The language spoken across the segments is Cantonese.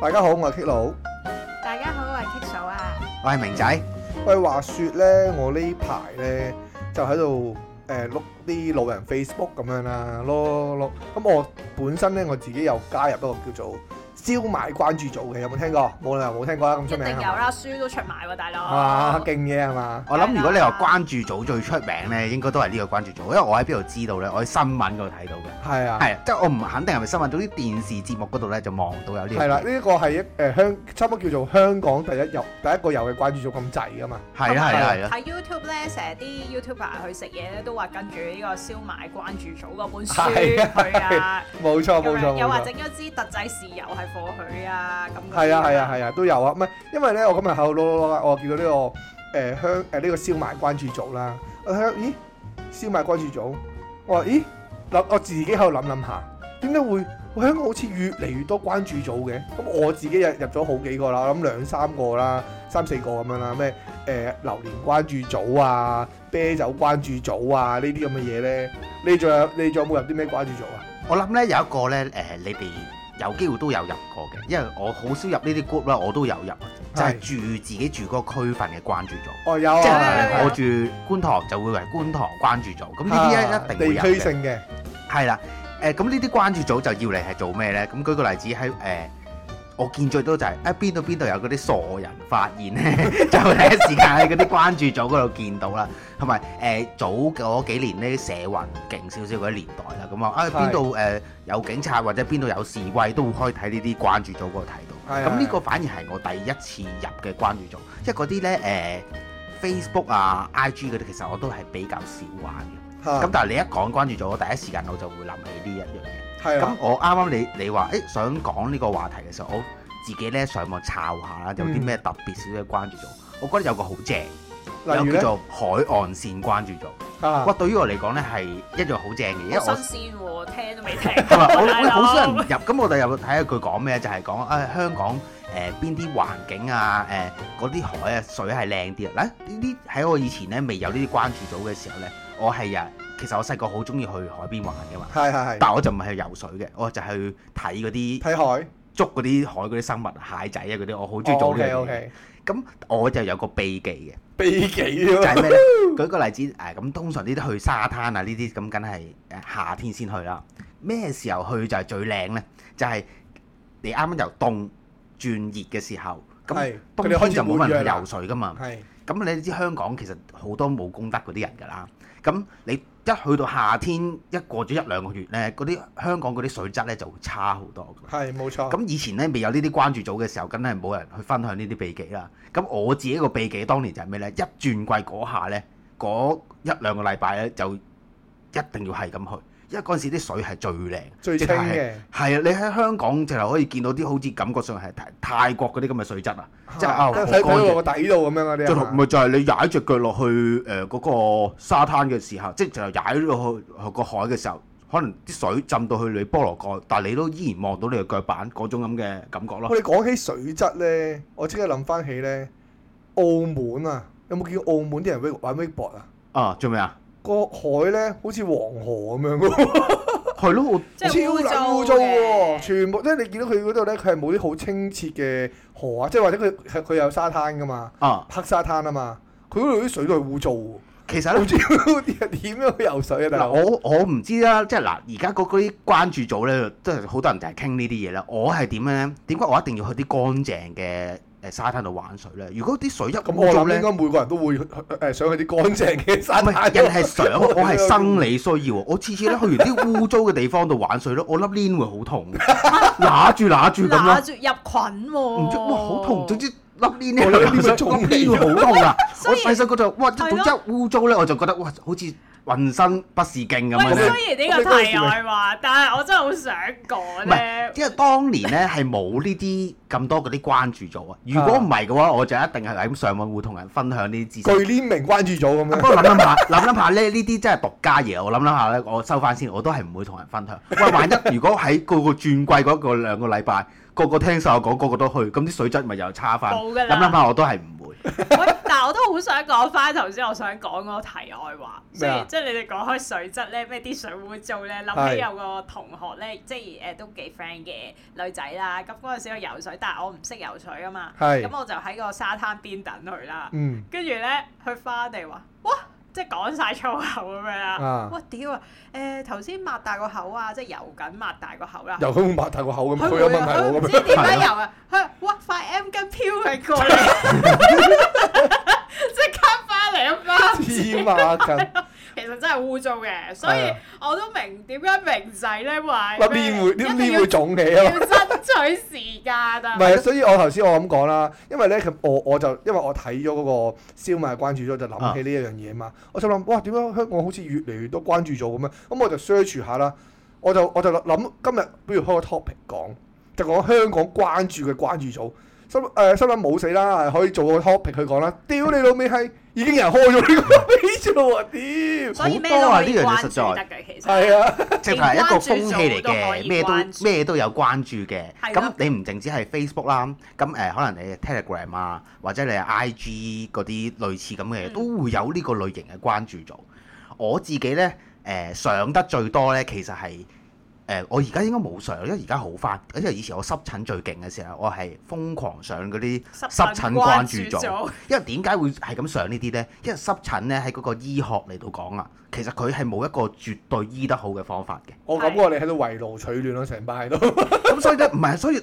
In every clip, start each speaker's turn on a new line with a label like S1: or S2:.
S1: 大家好，我係 K 佬。
S2: 大家好，我係 Kick 嫂啊。
S3: 我係明仔，
S1: 喂，話說咧，我呢排咧就喺度誒碌啲老人 Facebook 咁樣啦，碌碌。咁我本身咧我自己有加入一個叫做燒賣關注組嘅，有冇聽過？冇理由冇聽過啦，咁
S2: 一
S1: 出名啊
S2: 定
S1: 係
S2: 有
S1: 嘛？
S2: 啦，書都出埋喎，大佬。
S1: 啊，勁嘢係嘛？
S3: 我諗如果你話關注組最出名咧，應該都係呢個關注組，因為我喺邊度知道咧，我喺新聞嗰度睇到嘅，
S1: 係啊。
S3: 係即係我唔肯定係咪新聞，到啲電視節目嗰度咧就望到有呢個。
S1: 係啦，呢個係一誒香差唔多叫做香港第一有第一個有嘅關注組咁滯噶嘛。
S3: 係啦，係啦，係啦，
S2: 喺 YouTube 咧，成日啲 YouTuber 啊去食嘢咧，都話跟住呢個燒賣關注組嗰本
S1: 係啊
S2: 書去啊，
S1: 冇錯
S2: 咁
S1: 冇錯
S2: 樣
S1: 冇
S2: 又話
S1: 錯
S2: 整。咗支特製豉油係貨佢啊，咁嗰啲。
S1: 係啊係啊係啊，都有啊。唔係，因為咧，我今日喺度碌碌碌啦，我見到呢、個誒、香誒呢、個燒賣關注組啦。我睇到咦燒賣關注組，我話咦諗我自己喺度諗諗下，點解會我香港好似越嚟越多關注組嘅？咁我自己入入咗好幾個啦，我諗兩三個啦，三四個咁樣啦，咩誒、榴蓮關注組啊、啤酒關注組啊呢啲咁嘅嘢咧。你仲有你仲有冇入啲咩關注組啊？
S3: 我諗咧有一個咧誒、你哋有機會都有入過嘅，因為我好少入呢啲 group 啦，我都有入，就係、
S1: 係
S3: 住自己住嗰個區份嘅關注組。
S1: 哦有啊，
S3: 即係
S2: 係
S3: 我住觀塘就會為觀塘關注組，咁呢啲咧一定會
S1: 啊地
S3: 有
S1: 區
S3: 嘅。
S1: 性嘅。
S3: 係啦，誒咁呢啲關注組就要嚟係做咩咧？咁舉個例子喺誒、我見最多就係啊邊度邊度有嗰啲傻人發現咧， 就第一時間喺嗰啲關注組嗰度見到啦。同埋誒早嗰幾年呢，社運勁少少嗰啲年代啦，咁啊啊邊度誒有警察或者邊度有示威，都會可以睇呢啲關注組嗰度睇到。
S1: 係
S3: 咁呢
S1: 係
S3: 個反而係我第一次入嘅關注組，即係嗰啲咧誒 Facebook 啊、IG 嗰啲，其實我都係比較少玩嘅。咁
S1: 咁
S3: 但係你一講關注咗，我第一時間我就會諗起呢一樣嘢。
S1: 係啊
S3: 咁。我啱啱你你話，誒想講呢個話題嘅時候，我自己咧上網抄下啦，有啲咩特別少少嘅關注組，我覺得有個好正，
S1: 嗯例如
S3: 有
S1: 咧
S3: 叫做海岸線關注組。
S1: 啊
S3: 哇，對於我嚟講咧係一樣好正嘅，因為
S2: 好
S3: 我。
S2: 新鮮喎，聽都未聽
S3: 同埋
S2: 過。
S3: 我
S2: 大
S3: 我
S2: 佬
S3: 好少人入，咁我哋又睇下佢講咩，就係講啊香港誒邊啲環境啊，誒嗰啲海啊水係靚啲啊。嗱呢啲喺我以前咧未有呢啲關注組嘅時候咧，我係啊其實我細個好中意去海邊玩嘅嘛，
S1: 係係係，
S3: 但我就唔係去游水嘅，我就係去睇嗰啲
S1: 睇海，
S3: 捉嗰啲海嗰啲生物蟹仔啊嗰啲，我好中意做呢樣
S1: O
S3: 嘢。
S1: K，
S3: 咁我就有個秘技嘅。
S1: 悲幾咯
S3: 就，係咩 咧？舉個例子，誒、咁通常呢啲去沙灘啊，呢啲咁梗係誒夏天先去啦。咩時候去就係最靚咧？就係、你啱啱由凍轉熱嘅時候，咁
S1: 係
S3: 冬
S1: 佢哋開
S3: 天
S1: 始
S3: 就冇
S1: 活躍
S3: 人去
S1: 啦
S3: 游水噶嘛。
S1: 係
S3: 咁你知香港其實好多冇功德嗰啲人㗎啦。咁你一去到夏天，一過咗一兩個月咧，嗰啲香港嗰啲水質咧就會差好多㗎。
S1: 係冇錯，
S3: 咁以前咧未有呢啲關注組嘅時候，梗係冇人去分享呢啲秘技啦。咁我自己個秘技當年就係咩呢？一轉季嗰下呢，嗰一兩個禮拜呢，就一定要係咁去，因為嗰陣時啲水係最靚，
S1: 最清
S3: 直頭係。
S1: 嘅，
S3: 係啊，你喺香港就係可以見到啲好似感覺上係泰泰國嗰啲咁嘅水質啊，即係啊，
S1: 睇
S3: 好乾
S1: 睇到
S3: 淨
S1: 個底度咁樣嗰啲
S3: 就
S1: 啊
S3: 同
S1: 嘛
S3: 咪就係你踩着腳落去呃誒嗰、個沙灘嘅時候，即係就踩落去去個海嘅時候，可能啲水浸到去你菠蘿蓋，但係你都依然望到你嘅腳板嗰種咁嘅感覺咯。
S1: 我哋講起水質咧，我即刻諗翻起咧，澳門啊，有冇見過澳門啲人玩玩 wakeboard 啊？
S3: 啊，做咩啊？
S1: 個海咧好似黃河咁樣喎，
S3: 係咯，我
S2: 即係
S1: 超
S2: 污
S1: 撚
S2: 糟
S1: 污糟
S2: 嘅
S1: 喎！全部即係你見到佢嗰度咧，佢係冇啲好清澈嘅河啊，即係或者佢佢佢有沙灘噶嘛，
S3: 啊，
S1: 黑沙灘啊嘛，佢嗰度啲水都係污糟喎。
S3: 其實
S1: 唔
S3: 咧
S1: 知啲人點樣去游水啊，大
S3: 嗱，
S1: 佬？
S3: 我我唔知啦，即係嗱，而家嗰嗰啲關注組咧，都係好多人就係傾呢啲嘢啦。我係點樣咧？點解我一定要去啲乾淨嘅誒沙灘度玩水咧？如果啲水一
S1: 咁
S3: 污
S1: 我
S3: 糟
S1: 諗
S3: 咧
S1: 應，該每個人都會誒想去啲乾淨嘅
S3: 唔
S1: 沙灘
S3: 係
S1: 度。
S3: 人係想，我係生理需要啊喎。我次次咧去完啲污糟嘅地方度玩水咧，我粒鏈會好痛，揦住揦住咁
S2: 拿
S3: 樣，
S2: 住入菌喎。
S3: 唔知哇好
S2: 哦
S3: 痛。總之粒鏈
S1: 我
S3: 咧，
S1: 粒鏈腫
S3: 粒鏈會好痛啊！我
S2: 所以
S3: 細細個就哇，一到
S2: 係咯
S3: 一污糟咧，我就覺得哇，好似渾身不是勁咁
S2: 喂，
S3: 樣
S1: 咁
S3: 咧。
S2: 雖然呢個題外話，但係我真係好想講
S3: 唔
S2: 咧
S3: 係，。因為當年咧係冇呢啲咁多嗰啲關注組啊。如果唔係嘅話，我就一定係咁上網會同人分享呢啲知識。
S1: 巨黏名關注組咁
S3: 不
S1: 樣，
S3: 過諗諗下，諗諗下咧，呢啲真係獨家嘢。我諗諗下咧，我收翻先，我都係唔會同人分享。喂，萬一如果喺個個轉季嗰個兩個禮拜，個個聽晒我講，個個都去，咁啲水質咪又差翻。
S2: 冇㗎
S3: 諗
S2: 啦
S3: 諗下，我都係唔會。
S2: 喂，但係我都好想講翻頭先，我想講嗰個題外話，雖
S1: 咩啊
S2: 然即係你哋講開水質咧，咩啲水污糟咧，諗
S1: 係
S2: 起有個同學咧，即係誒、呃都幾 friend 嘅女仔啦。咁嗰陣時我游水，但係我唔識游水啊嘛，
S1: 係
S2: 咁，我就喺個沙灘邊等佢啦。
S1: 嗯，
S2: 跟住咧，佢翻嚟話：哇！即係講晒粗口咁樣啦。
S1: 啊，
S2: 哇屌啊！誒頭先擘大個口啊，即係游緊擘大個口啦。
S1: 由佢會擘大個口咁，
S2: 佢
S1: 佢有
S2: 會
S1: 問
S2: 啊
S1: 題
S2: 佢
S1: 我
S2: 唔
S1: 咁
S2: 知
S1: 樣，
S2: 點解游啊！佢哇塊 M 巾飄嚟過嚟， 即刻翻嚟一巴。
S1: 黐孖 筋，
S2: 其實真係污糟嘅，所以
S1: 係啊
S2: 我都明點解明仔咧話
S1: 嗱面會
S2: 一定
S1: 啲
S2: 要
S1: 面會腫起啊
S2: 要
S1: 嘛。
S2: 爭取時間啊
S1: 唔！係，所以我頭先我咁講啦，因為咧，佢我我就因為我睇咗嗰個燒賣關注咗，就諗起呢一樣嘢嘛。我就諗，哇，點解香港好似越嚟越多關注咗咁樣？咁我就 search 下啦，我就我就諗今日不如開個 topic 講，就講香港關注嘅關注組。心誒、心諗冇死啦，可以做個 topic 去講啦。屌你老味係已經有人開咗呢個 page 啦喎，屌！
S2: 所以咩都可以關
S3: 好多啊呢樣嘢實
S2: 注
S3: 在
S2: 得嘅，其實
S1: 係啊，
S3: 直頭係一個風氣嚟
S2: 連關注組都可
S3: 嘅，
S2: 以
S3: 咩都
S2: 關注
S3: 咩都有關注嘅。
S2: 係咯
S3: 咁你唔淨止係 Facebook 啦，咁誒、可能你係 Telegram 啊，或者你係 IG 嗰啲類似咁嘅，嘢，
S2: 嗯
S3: 都會有呢個類型嘅關注組。我自己呢，誒、上得最多呢，其實係誒、我而家應該冇上，因為而家好翻，因為以前我濕疹最勁嘅時候，我係瘋狂上嗰啲濕疹關注組。
S2: 組
S3: 因為點解會係咁上呢啲呢？因為濕疹呢，喺嗰個醫學嚟到講啊，其實佢係冇一個絕對醫得好嘅方法嘅。
S1: 我感覺我哋喺度圍爐取暖咯，成班喺度。
S3: 咁所以咧，唔係，所以誒、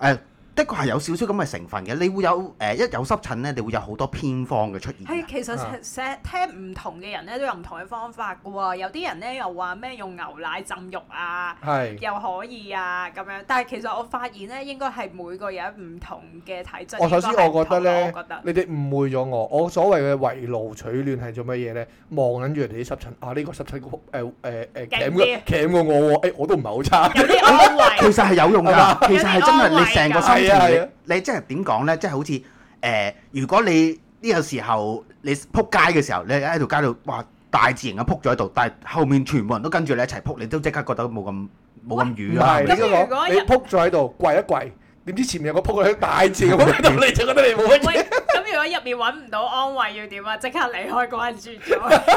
S3: 的確係有少少咁嘅成分嘅。你會有誒、一有濕疹咧，你會有好多偏方嘅出現
S2: 係
S3: 嘅。
S2: 其實
S1: 啊
S2: 成日聽唔同嘅人咧都有唔同嘅方法嘅喎，有啲人咧又話咩用牛奶浸浴啊。
S1: 係。
S2: 又可以啊咁樣，但係其實我發現咧，應該係每個人唔同嘅體質。
S1: 我首先我覺得
S2: 咧，
S1: 咧
S2: 我覺 得
S1: 你哋誤會咗我，我所謂嘅圍爐取暖係做乜嘢咧？望緊住人哋啲濕疹，啊呢、個濕疹誒誒誒
S2: 勁
S1: 鉗
S2: 啲
S1: 過鉗過我喎、誒我都唔係好 差，
S3: 啊
S2: 有啲安慰。
S3: 其實係有用
S1: 係嘛
S3: 㗎，其實係真係你成個心
S1: 係啊係
S3: 情
S1: 啊，
S3: 你你即係點講咧？即係好似誒、如果你呢個時候你撲街嘅時候，你喺條街度哇大自然咁撲咗喺度，但係後面全部人都跟住你一齊撲，你都即刻覺得冇咁冇咁
S1: 唔
S3: 瘀啦。
S1: 係
S3: 係
S1: 你
S3: 咪
S2: 咁
S1: 嗰
S2: 如果
S1: 個你
S2: 有
S1: 撲咗喺度跪一跪，點知前面有個撲佢大字咁喺度，你就覺得你冇乜嘢。
S2: 喂，咁如果入面揾唔到安慰要點啊？即刻離開關注咗。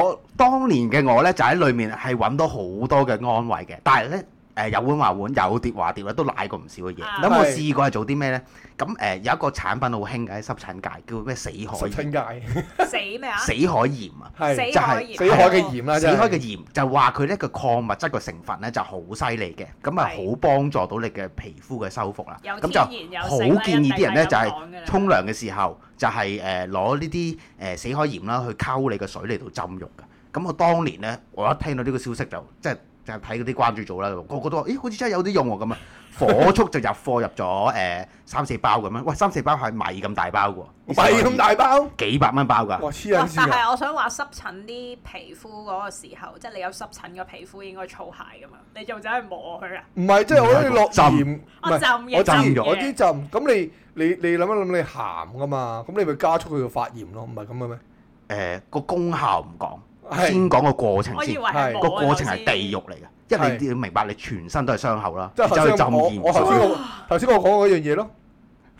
S3: 我當年嘅我呢，就喺裏面係揾到好多嘅安慰嘅，但係呢，誒、有碗話碗，有跌話跌咧，都賴過唔少嘅嘢。
S2: 啊
S3: 咁、我
S1: 係
S3: 試過係做啲咩呢？咁誒、有一個產品好興嘅喺濕疹界，叫咩死海
S1: 十
S3: 鹽
S1: 親界
S2: 死咩啊？
S3: 死海鹽啊！
S1: 係
S2: 死海
S3: 就
S1: 死
S2: 鹽
S3: 係
S1: 海嘅鹽啦，
S3: 哦死
S1: 真
S3: 海嘅
S1: 係
S3: 鹽就話佢呢個礦物質個成分呢就好犀利嘅，咁啊
S2: 係
S3: 好幫助到你嘅皮膚嘅修復啦。
S2: 有
S3: 咁
S2: 天
S3: 就
S2: 然有
S3: 好
S2: 性啦
S3: 建議啲人呢就係
S2: 一定係咁講㗎啦
S3: 沖涼嘅時候就係誒攞呢啲誒死海鹽啦去溝你嘅水嚟到浸浴嘅。咁我當年呢，我一聽到呢個消息就即係就係睇嗰啲關注組啦，個個都話：咦，好似真係有啲用喎咁啊！火速就入貨入咗誒三四包咁樣，喂三四包係米咁大包
S1: 咪
S3: 嘅喎，
S1: 咁大包，
S3: 幾百蚊包㗎。
S1: 哇黐
S2: 哇
S1: 撚
S2: 但
S1: 線 啊！
S2: 係我想話濕疹啲皮膚嗰個時候，即係你有濕疹嘅皮膚應該粗鞋噶嘛，你就走去摸佢啊！
S1: 唔係即係我啲落
S3: 浸
S1: 鹽，唔
S2: 我
S1: 係
S2: 浸嘅
S1: 我知
S2: 浸
S3: 咗
S1: 我啲
S2: 嘅，
S1: 浸，咁你你你諗一諗你鹹噶嘛，咁你咪加速佢嘅發炎咯，唔係咁嘅咩？
S3: 誒呃個功效唔講。
S1: 係
S3: 先講個過程
S2: 我以
S3: 先
S2: 為，係
S1: 係
S2: 摸
S3: 個
S2: 啊
S3: 過程係
S2: 頭先
S3: 地獄嚟嘅，因為你要明白你全身都係傷口啦，
S1: 即係頭
S3: 走去
S1: 先
S3: 浸
S1: 我我頭先
S3: 鹽水，
S1: 我頭先我講嗰樣嘢咯。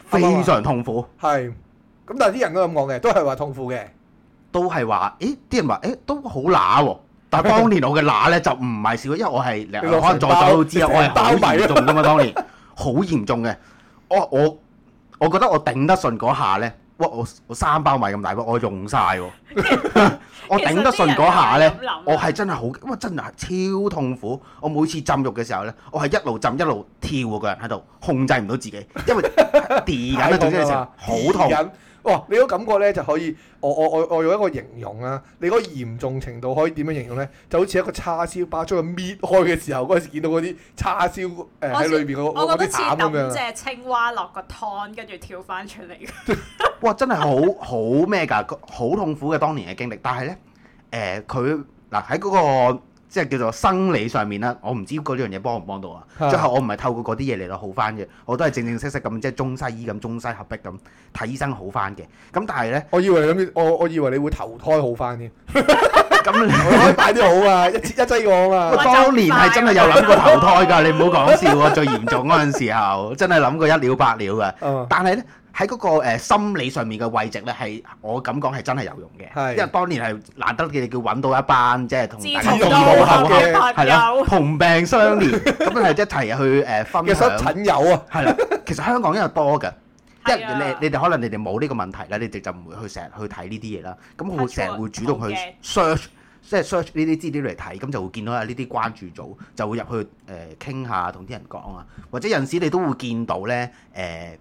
S3: 非常痛苦。
S1: 啊係，咁但係啲人都咁講嘅，都係話痛苦嘅。
S3: 都係話，誒啲人話，誒都好乸喎。但 係當年我嘅乸咧就唔係少，因為我係
S1: 你落
S3: 可能
S1: 成
S3: 在
S1: 包
S3: 手都知啊，
S1: 你
S3: 我
S1: 成
S3: 係好
S1: 包米啊
S3: 嚴重噶嘛，當年好嚴重嘅。我我我覺得我頂得順嗰下咧，哇！我我三包米咁大包，我用晒 喎。我頂得順嗰下咧
S2: 其實啲人係咁諗啊，
S3: 我係真係好，哇！真係超痛苦。我每次浸浴嘅時候咧，我係一路浸一路跳個個人喺度，控制唔到自己，因為 跌緊啦，總之你成
S1: 啊
S3: 好痛。
S1: 忍哇！你嗰感覺咧就可以，我我我我用一個形容啊，你嗰個嚴重程度可以點樣形容咧？就好似一個叉燒包將佢搣開嘅時候，嗰陣時見到嗰啲叉燒誒喺裏邊嗰
S2: 我
S1: 嗰
S2: 覺
S1: 啲
S2: 得似
S1: 餡咁
S2: 抌
S1: 樣。啊
S2: 隻青蛙落個湯，跟住跳翻出嚟。
S3: 哇！真係好好咩㗎，好痛苦嘅當年嘅經歷。但係呢，誒佢嗱喺嗰個即係叫做生理上面啦，我唔知嗰樣嘢幫唔幫到啊。
S1: 啊
S3: 最後我唔係透過嗰啲嘢嚟到好翻嘅，我都係正正式式咁即係中西醫咁中西合璧咁睇醫生好翻嘅。咁但係呢，
S1: 我以為你諗住，我我以為你會投胎好翻添，
S3: 咁你
S1: 投胎快啲好啊！一劑一劑過啊 嘛。
S3: 當年係真係有諗過投胎㗎，你唔好講笑啊！最嚴重嗰陣時候真係諗過一了百了㗎。
S1: 啊
S3: 但係呢，喺嗰個、呃、心理上面嘅慰藉咧，係我咁講係真係有用嘅，
S1: 係
S3: 因為當年係難得嘅，叫揾到一班即係同
S2: 志
S3: 大
S1: 同
S3: 家
S2: 同
S1: 道
S2: 道
S1: 合
S2: 合嘅
S3: 係
S2: 朋
S3: 啦，
S2: 友，
S3: 同病相憐，咁係一齊去誒
S1: 嘅
S3: 分
S1: 室
S3: 享。
S1: 診友啊，
S3: 係啦，其實香港因為多㗎，因
S2: 係
S3: 為
S2: 啊
S3: 你你哋可能你哋冇呢個問題啦，你哋就唔會去成日去睇呢啲嘢啦。咁我會
S2: Touch
S3: 成日會主動去
S2: 好嘅
S3: search，即係 search 呢啲資料嚟睇，咁就會見到啊呢啲關注組就會入去誒傾、下，同啲人講啊，或者有陣時你都會見到咧誒。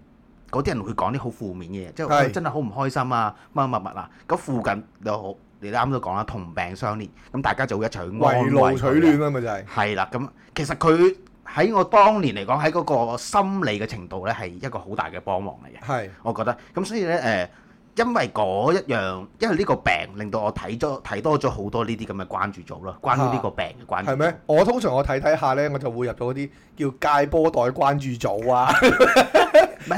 S3: 嗰啲人會講啲好負面嘅嘢，即係
S1: 係
S3: 佢真係好唔開心啊，乜乜乜啊。咁附近又好，你啱都講啦，同病相憐，咁大家就會一齊去安
S1: 圍
S3: 慰
S1: 爐
S3: 佢啊
S1: 取暖啊嘛就係。
S3: 係啦，咁其實佢喺我當年嚟講，喺嗰個心理嘅程度咧，係一個好大嘅幫忙嚟嘅，
S1: 係
S3: 我覺得。咁所以咧，誒、因為嗰一樣，因為呢個病令到我睇咗睇多咗好多呢啲咁嘅關注組咯，關於呢個病嘅關注
S1: 啊
S3: 組。
S1: 係咩？我通常我睇睇下咧，我就會入到嗰啲叫界波袋關注組 啊，香
S3: 唔係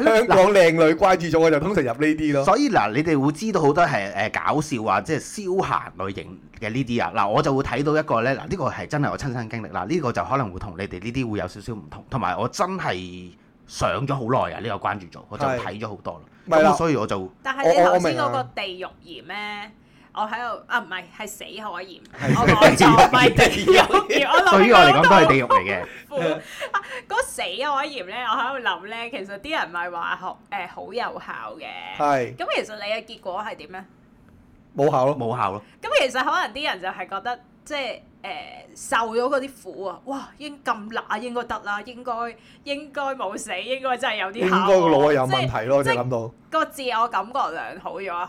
S3: 咧？
S1: 港靚女關注組，我就通常入呢啲
S3: 嗱，
S1: 咯。
S3: 所以嗱，你哋會知道好多係誒搞笑啊，即係消閒類型嘅呢啲啊。嗱，我就會睇到一個咧，嗱呢個係真係我親身經歷啦。呢個就可能會同你哋呢啲會有少少唔同，同埋我真係上咗好耐啊！呢個關注組，我就
S1: 係
S3: 睇咗好多啦。
S1: 咪啦
S3: 咁所以我就
S2: 但
S1: 我
S2: 係你
S1: 我我
S2: 頭
S1: 明
S2: 先
S1: 啊
S2: 嗰個地獄鹽咧，我喺度啊，唔係係死海鹽，
S1: 係
S2: 我講錯唔係地獄鹽，我諗
S3: 對於我嚟講都係地獄嚟嘅。
S2: 獄。啊嗰死海鹽咧，我喺度諗咧，其實啲人咪話好誒好有效嘅，
S1: 係
S2: 咁其實你嘅結果係點咧？
S1: 冇效咯，
S3: 冇效咯，
S2: 咁其實可能啲人就係覺得即係誒受咗嗰啲苦啊，哇！應咁辣應該得啦，應該應該冇死，應該真係有啲
S1: 應
S2: 效
S1: 該
S2: 喎。
S1: 個腦啊有
S2: 即係
S1: 問題咯，我就
S2: 即係
S1: 諗到。
S2: 個自我感覺良好咗啊，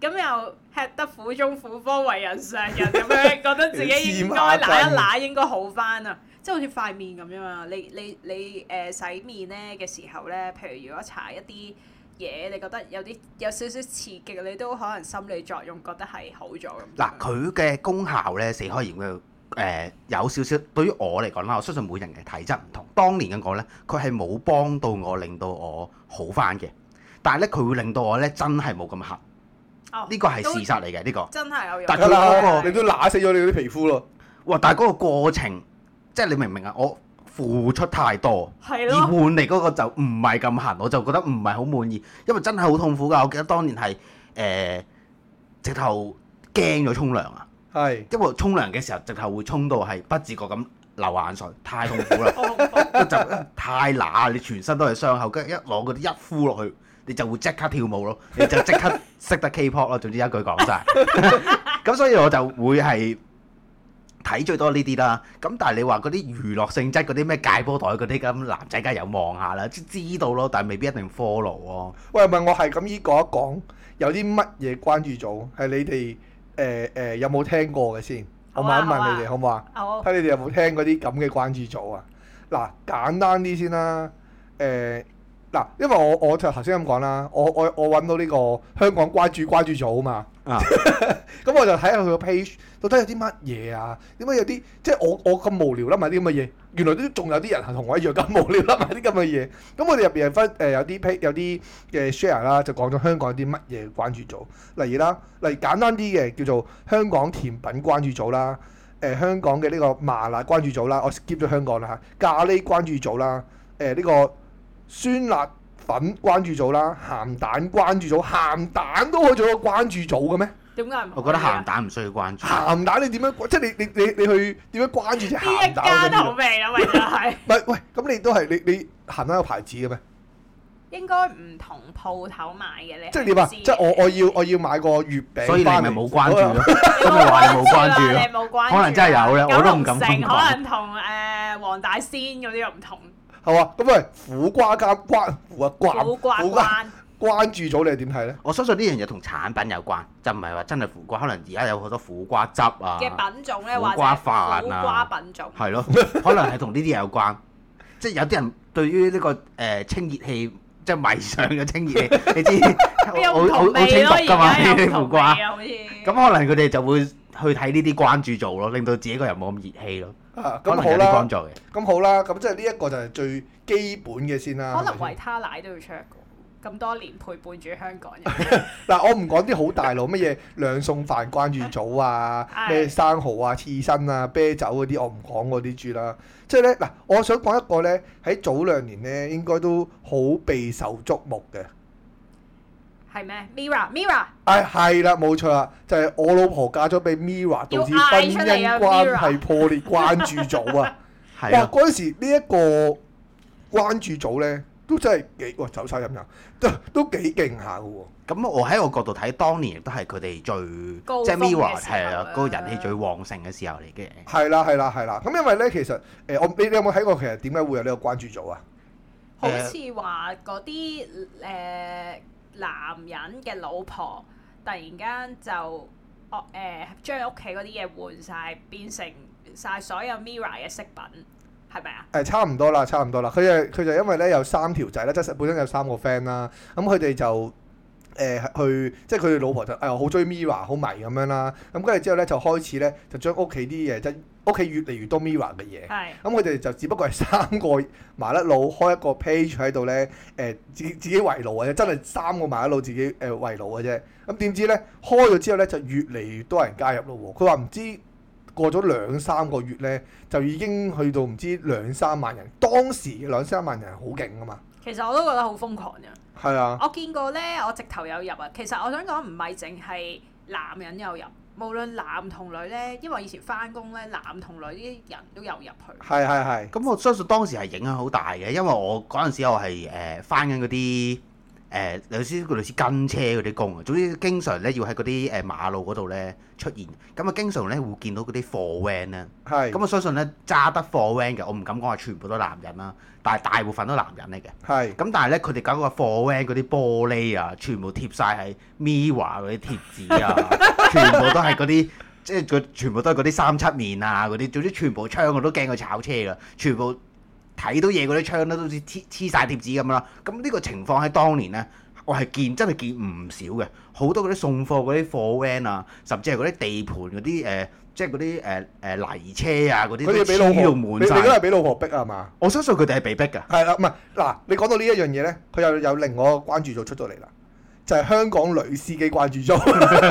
S2: 可能咁又吃得苦中苦，方為人上人咁樣，覺得自己應該揦一揦應該好翻啊！即係好似塊面咁樣啊！你你你誒、呃洗面咧嘅時候咧，譬如如果搽一啲嘢，你覺得有啲有少少刺激，你都可能心理作用覺得係好咗咁。
S3: 嗱，佢嘅功效咧，死海鹽嘅誒有少少，對於我嚟講啦，我相信每人嘅體質唔同。當年嘅我咧，佢係冇幫到我，令到我好翻嘅。但係咧，佢會令到我咧真係冇咁黑，
S2: 哦
S3: 呢個係事實嚟嘅呢個。
S2: 真係有用。
S3: 但
S1: 得
S3: 佢
S1: 啦
S3: 嗰，
S1: 你都揦死咗你嗰啲皮膚咯。
S3: 哇！但係嗰個過程，即係你明唔明啊？我付出太多。
S2: 係
S3: 而換
S2: 咯，
S3: 嚟嗰個就唔係咁痕，我就覺得唔係好滿意，因為真係好痛苦㗎。我記得當年係誒、呃直頭驚咗沖涼啊！
S1: 係
S3: 因為沖涼嘅時候，直頭會沖到係不自覺咁流眼水，太痛苦
S2: ！
S3: 啦
S2: 好恐怖
S3: 就太乸，你全身都係傷口，跟住一攞嗰啲一敷落去，你就會即刻跳舞咯，你就即刻識得 K-pop 咯。總之一句講晒。咁所以我就會係睇最多呢啲啦。咁但係你話嗰啲娛樂性質嗰啲咩戒波袋嗰啲咁，男仔梗係有望下啦，知知道咯，但係未必一定 follow 咯。
S1: 喂，唔係我係咁依講一講，有啲乜嘢關注組係你哋誒誒有冇聽過嘅先？我
S2: 好啊
S1: 問一問你哋好唔好啊？
S2: 好
S1: 睇你哋有冇聽嗰啲咁嘅關注組啊？嗱，簡單啲先啦。誒、嗱，因為我我就頭先咁講啦，我我我揾到呢個香港關注關注組啊嘛。
S3: 啊，
S1: 咁我就睇下佢個 page 到底有啲乜嘢啊？點解有啲即係我我咁無聊啦，買啲咁嘅嘢，原來都仲有啲人係同我一樣咁無聊啦，買啲咁嘅嘢。咁我哋入邊係分誒、有啲 page 有啲嘅 share 啦，就講咗香港有啲乜嘢關注組，例如啦，例如簡單啲嘅叫做香港甜品關注組啦，誒、香港嘅呢個麻辣關注組啦，我 skip 咗香港啦嚇，咖喱關注組啦，誒、呢、個酸辣粉關注組啦，鹹蛋關注組，鹹蛋都可以做個關注組嘅咩？
S2: 點解唔可以啊？
S3: 我覺得鹹蛋唔需要關注。
S1: 鹹蛋你點樣？即係你你你你去點樣關注只
S2: 呢一
S1: 鹹蛋？我
S2: 家
S1: 想知
S2: 頭
S1: 道
S2: 味啦，咪就係。
S1: 唔係喂，咁你都係你你鹹蛋有牌子嘅咩？
S2: 應該唔同鋪頭買嘅咧。
S1: 即係點啊？
S2: 你唔知
S1: 即
S2: 嘅
S1: 係我我 要我要買個月餅
S3: 所以你
S1: 翻嚟
S3: 咪冇關 注咯，咁
S2: 我
S3: 咪話你冇關注
S2: 你
S3: 咯。
S2: 冇關注啊
S3: 可能真係有咧我都唔
S2: 九龍
S3: 敢
S2: 城
S3: 咁講
S2: 可能同誒黃大仙嗰啲又唔同，
S1: 係嘛？啊咁喂，苦瓜加關苦啊關
S2: 苦瓜
S1: 苦瓜
S2: 關
S1: 關注組你係點睇咧？
S3: 我相信呢樣嘢同產品有關，就唔係話真係苦瓜。可能而家有好多苦瓜汁啊，
S2: 嘅品種咧，
S3: 苦
S2: 或者
S3: 瓜
S2: 苦
S3: 飯啊
S2: 瓜品種。
S3: 係咯， 可能係同呢啲嘢有關。即係有啲人對於呢、個誒、呃清熱氣，即係迷上嘅 清熱氣，你知
S2: 有
S3: 好
S2: 唔
S3: 好
S2: 同
S3: 好
S2: 味
S3: 清
S2: 咯，而
S3: 毒㗎嘛
S2: 家有唔
S3: 呢啲苦
S2: 同味啊，
S3: 瓜。
S2: 好似
S3: 咁可能佢哋就會去睇呢啲關注做咯，令到自己個人冇咁熱氣咯。
S1: 啊，
S3: 可
S1: 咁
S3: 能
S1: 好
S3: 有啲幫
S1: 啦，
S3: 助嘅。
S1: 咁好啦，咁即係呢一個就係最基本嘅先
S3: 啊
S1: 啦。
S2: 可能
S1: 係咪
S2: 維
S1: 先
S2: 他奶都要出一個，咁多年陪伴住香港人。
S1: 嗱，我唔講啲好大路乜嘢兩餸飯關注組啊，
S2: 係
S1: 咩生蠔啊、刺身啊、啤酒嗰啲，我唔講嗰啲住啦。即係咧，嗱，我想講一個咧，喺早兩年咧，應該都好備受矚目嘅，
S2: 係咩？Mira，Mira，
S1: 唉，係啦，冇錯啦，就係、我老婆嫁咗俾 Mira，導致婚
S2: 要嗌出嚟
S1: 姻
S2: 啊
S1: 關
S2: Mira
S1: 係破裂關注組啊！
S3: 係
S1: 哇！
S3: 啊，
S1: 嗰陣時呢一個關注組咧，都真係幾哇走晒飲油，都都幾勁下嘅喎。
S3: 咁我喺我角度睇，當年亦都係佢哋
S2: 高
S3: 最即係
S2: 峰嘅
S3: Mirror
S2: 時候
S3: 係啊
S2: 啊，
S3: 嗰個人氣最旺盛嘅時候嚟嘅。
S1: 係啦，係啦，係啦。咁因為咧，其實誒、我你你有冇睇過其實點解會有呢個關注組啊？
S2: 好似話嗰啲誒男人嘅老婆突然間就哦誒、將屋企嗰啲嘢換晒，變成晒所有 Mira 嘅飾品，係咪啊？
S1: 誒、差唔多啦，差唔多啦。佢就佢就因為咧有三條仔咧，即係本身有三個 friend 啦。咁佢哋就誒、去，即係佢哋老婆就誒哎好、追 Mira，好迷咁樣啦。咁跟住之後咧就開始咧就將屋企啲嘢，即係屋企越嚟越多 Mira 嘅嘢。
S2: 係
S1: 咁佢哋就只不過係三個麻甩佬開一個 page 喺度咧，誒、自己自己圍爐嘅啫，真係三個麻甩佬自己誒、呃圍爐嘅啫。咁點知咧開咗之後咧就越嚟越多人加入咯喎。佢話唔知過咗兩三個月咧，就已經去到唔知兩三萬人。當時兩三萬人好勁噶嘛，
S2: 其實我都覺得好瘋狂嘅。
S1: 係啊，
S2: 我見過咧，我直頭有入啊。其實我想講唔係淨係男人有入，無論男同女咧，因為以前翻工咧，男同女啲人都有入 去。
S1: 係係係，
S3: 咁我相信當時係影響好大嘅，因為我嗰陣時我係誒翻緊嗰啲誒有少少類似跟車嗰啲工啊，總之經常咧要喺嗰啲誒馬路嗰度咧出現，咁啊經常咧會見到嗰啲貨 van 咧，
S1: 係
S3: 咁我相信咧揸得貨 van 嘅，我唔敢講係全部都男人啦，但係大部分都男人嚟嘅。
S1: 係
S3: 咁但係咧，佢哋搞個貨 van 嗰啲玻璃啊，全部貼晒喺 Miwa 嗰啲貼紙啊， 全部都係嗰啲即係佢全部都係嗰啲三七面啊嗰啲，總之全部窗我都驚佢炒車噶，全部睇到嘢嗰啲窗咧都好似黐黐曬貼紙咁啦。咁呢個情況喺當年咧，我係見真係見唔少嘅，好多嗰啲送貨嗰啲貨 van 啊，甚至係嗰啲地盤嗰啲誒，即係嗰啲誒誒泥車啊嗰啲，
S1: 佢
S3: 都
S1: 哋俾老
S3: 黐
S1: 婆，
S3: 到
S1: 你
S3: 滿
S1: 你都
S3: 晒。
S1: 係俾老婆逼啊嘛。
S3: 我相信佢哋係被逼㗎。
S1: 係啦，啊唔係嗱，你講到呢一樣嘢咧，佢又有另外一個關注組出咗嚟啦，就係、香港女司機關注組，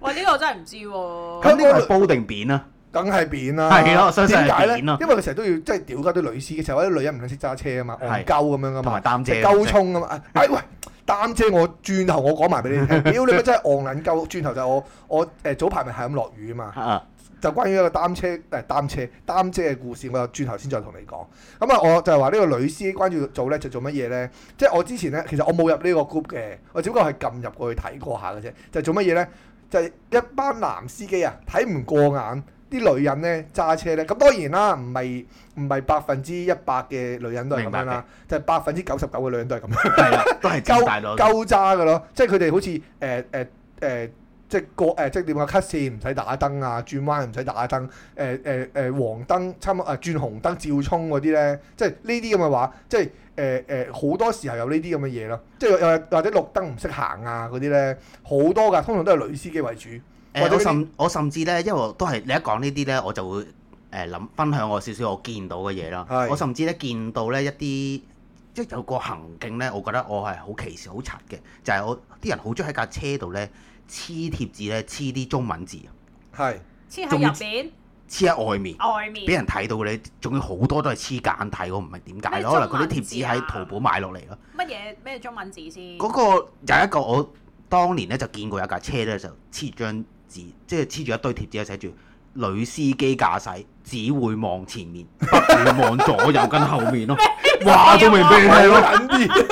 S2: 喂，呢、個我真係唔知喎、
S3: 咁呢個係煲定扁啊？
S1: 梗係扁啦。
S3: 係咯我相信係
S1: 點解咧？
S3: 扁咯
S1: 因為佢成日都要即係屌鳩啲女司機，成日話啲女人唔識揸車啊嘛，戇鳩
S3: 係
S1: 咁樣噶嘛
S3: 同埋，擔遮
S1: 即係鳩衝啊嘛。哎喂，擔遮我轉頭我講埋俾你聽，屌你咪真係戇撚鳩，轉頭就我我誒早排咪係咁落雨啊嘛。
S3: 啊！
S1: 就關於一個擔車誒擔車擔遮嘅故事，我轉頭先再同你講。咁啊，我就係話呢個女司機關注組咧就做乜嘢咧？即係我之前咧，其實我冇入呢個 group 嘅，我只不過係撳入過去睇過下嘅啫。就係做乜嘢咧？就係、一班男司機啊，睇唔過眼啲女人咧揸車咧。咁當然啦，唔係唔係百分之一百嘅女人都係咁樣
S3: 明白
S1: 啦，就係百分之九十九嘅女人都係咁樣。
S3: 係啦， 都
S1: 鳩
S3: 係招大佬。
S1: 鳩揸嘅咯，即係佢哋好似誒誒誒，即係過誒即係點啊？cut 線唔使打燈啊，轉彎唔使打燈，誒誒誒黃燈差唔多誒呃轉紅燈照衝嗰啲咧，即係呢啲咁嘅話，即係誒誒好多時候有呢啲咁嘅嘢咯，即係又又或者綠燈唔識行啊嗰啲咧，好多㗎，通常都係女司機為主，或者
S3: 誒，我
S1: 嗰啲
S3: 甚我甚至咧，因為我都係你一講呢啲咧，我就會誒諗分享我少少我見到嘅嘢啦
S1: 係。
S3: 我甚至咧見到咧一啲。即係有個行徑咧，我覺得我係好歧視、好柒嘅，就係、我啲人好中意喺架車度咧黐貼紙咧，黐啲中文字，
S1: 係
S2: 黐喺
S3: 仲要
S2: 入邊、
S3: 黐喺外面，
S2: 外
S3: 俾
S2: 面。
S3: 人睇到你，仲要好多都係黐簡體，我唔明點解
S2: 咩
S3: 咯，可能
S2: 中
S3: 佢啲
S2: 文
S3: 貼
S2: 字
S3: 紙
S2: 啊
S3: 喺淘寶買落嚟咯。
S2: 乜嘢咩中文字先？
S3: 嗰個有一個我當年咧就見過有架車咧就黐張紙，即係黐住一堆貼紙，寫住女司機駕駛只會望前面， 不會望左右跟後面咯。 話到 明俾你聽
S1: 係咯，
S3: 咯，
S1: 緊 啲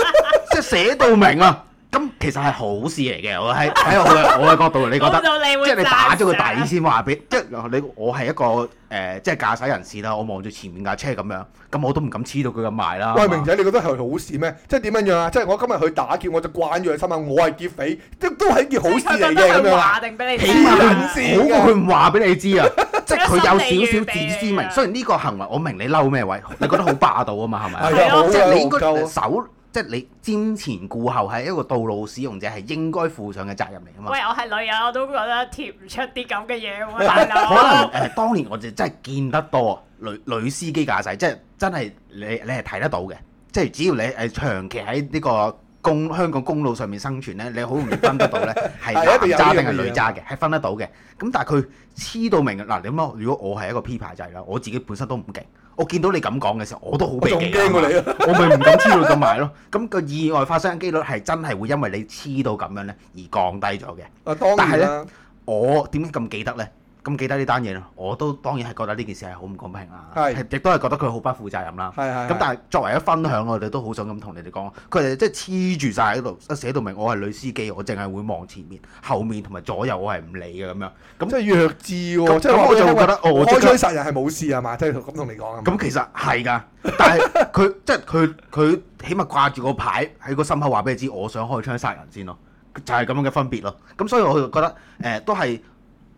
S3: 即係寫到明啊！咁其實係好事嚟嘅，我喺 喺我嘅我嘅角度，你覺
S2: 估
S3: 得？
S2: 到你會
S3: 即係你打咗個
S2: 讚賞
S3: 底先話俾，即係你我係一個誒、呃即係駕駛人士啦。我望住前面架車咁樣，咁我都唔敢黐到佢咁埋啦。
S1: 喂，
S3: 係嘛
S1: 明仔，你覺得係好事咩？即係點樣樣啊？即係我今日去打劫，我就慣咗佢心啊，我係劫匪，都都係一件好事
S2: 即係
S1: 嚟
S2: 佢覺得
S1: 嘅咁
S2: 佢
S1: 樣啊。
S2: 話定俾你
S3: 起
S2: 聽
S3: 碼
S1: 人
S2: 啊。
S1: 先
S3: 佢好過佢唔話俾你知啊！即係佢有少少自
S2: 有心理
S3: 私
S2: 預備
S3: 明。
S2: 啊
S3: 雖然呢個行為我明你嬲咩位，你覺得好霸道啊嘛，係咪
S1: 係
S3: 啊？
S1: 啊，好
S3: 即係
S1: 啊
S3: 你應該
S1: 戇鳩啊
S3: 手，即係你瞻前顧後係一個道路使用者係應該負上嘅責任嚟噶嘛
S2: 喂，。我係女人，我都覺得貼唔出啲咁嘅嘢 喎，大
S3: 但可能
S2: 佬
S3: 誒、。當年我就真係見得多啊女女司機駕駛，即係真係你你係睇得到嘅，即係只要你誒長期喺呢個公香港公路上面生存咧，你好容易分得到 咧
S1: 係
S3: 係男
S1: 一定有呢
S3: 揸
S1: 樣
S3: 定係
S1: 嘢
S3: 女
S1: 啊
S3: 揸嘅，係分得到嘅。咁但係佢黐到明嘅嗱，你諗下，如果我係一個 P 牌仔啦，我自己本身都唔勁，我見到你咁講嘅時候，我都好
S1: 我
S3: 避
S1: 仲
S3: 忌啊
S1: 驚過你啊！
S3: 我咪唔敢黐到咁埋咯。咁、個意外發生嘅機率係真係會因為你黐到咁樣咧而降低咗嘅。
S1: 啊，當
S3: 但係
S1: 然
S3: 咧
S1: 啦，
S3: 我點解咁記得呢？咁記得呢單嘢啦，我都當然係覺得呢件事係好唔公平啦，
S1: 係
S3: 係亦都係覺得佢好不負責任啦。
S1: 係係
S3: 咁但係作為一分享，我哋都好想咁同你哋講，佢哋即係黐住晒喺度，一寫到明我係女司機，我淨係會望前面、後面同埋左右，我係唔理嘅咁樣。
S1: 咁即係弱智喎，
S3: 咁
S1: 即係話
S3: 咁我就會覺得哦我即刻
S1: 開槍殺人係冇事係嘛？即係咁同你講啊嘛。
S3: 咁其實係㗎，但係 佢即係佢佢起碼掛住個牌喺個心口話俾你知，我想開槍殺人先咯，就係、咁樣嘅分別咯。咁所以我就覺得誒、呃都係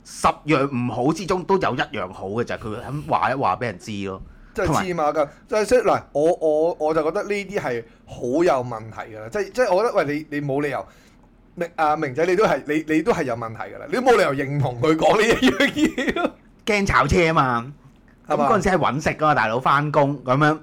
S3: 十樣唔好之中都有一樣好嘅，就係佢肯話一話俾人知咯。
S1: 即係
S3: 同埋
S1: 黐孖筋，即係即係嗱，我我我就覺得呢啲係好有問題㗎啦，即係即係我覺得喂你你冇理由。明阿明仔，你都係你你都係有問題㗎啦，你都冇理由認同佢講呢一樣嘢咯，
S3: 驚炒車啊嘛，咁
S1: 係嘛
S3: 嗰陣時係揾食噶嘛，大佬翻工咁樣，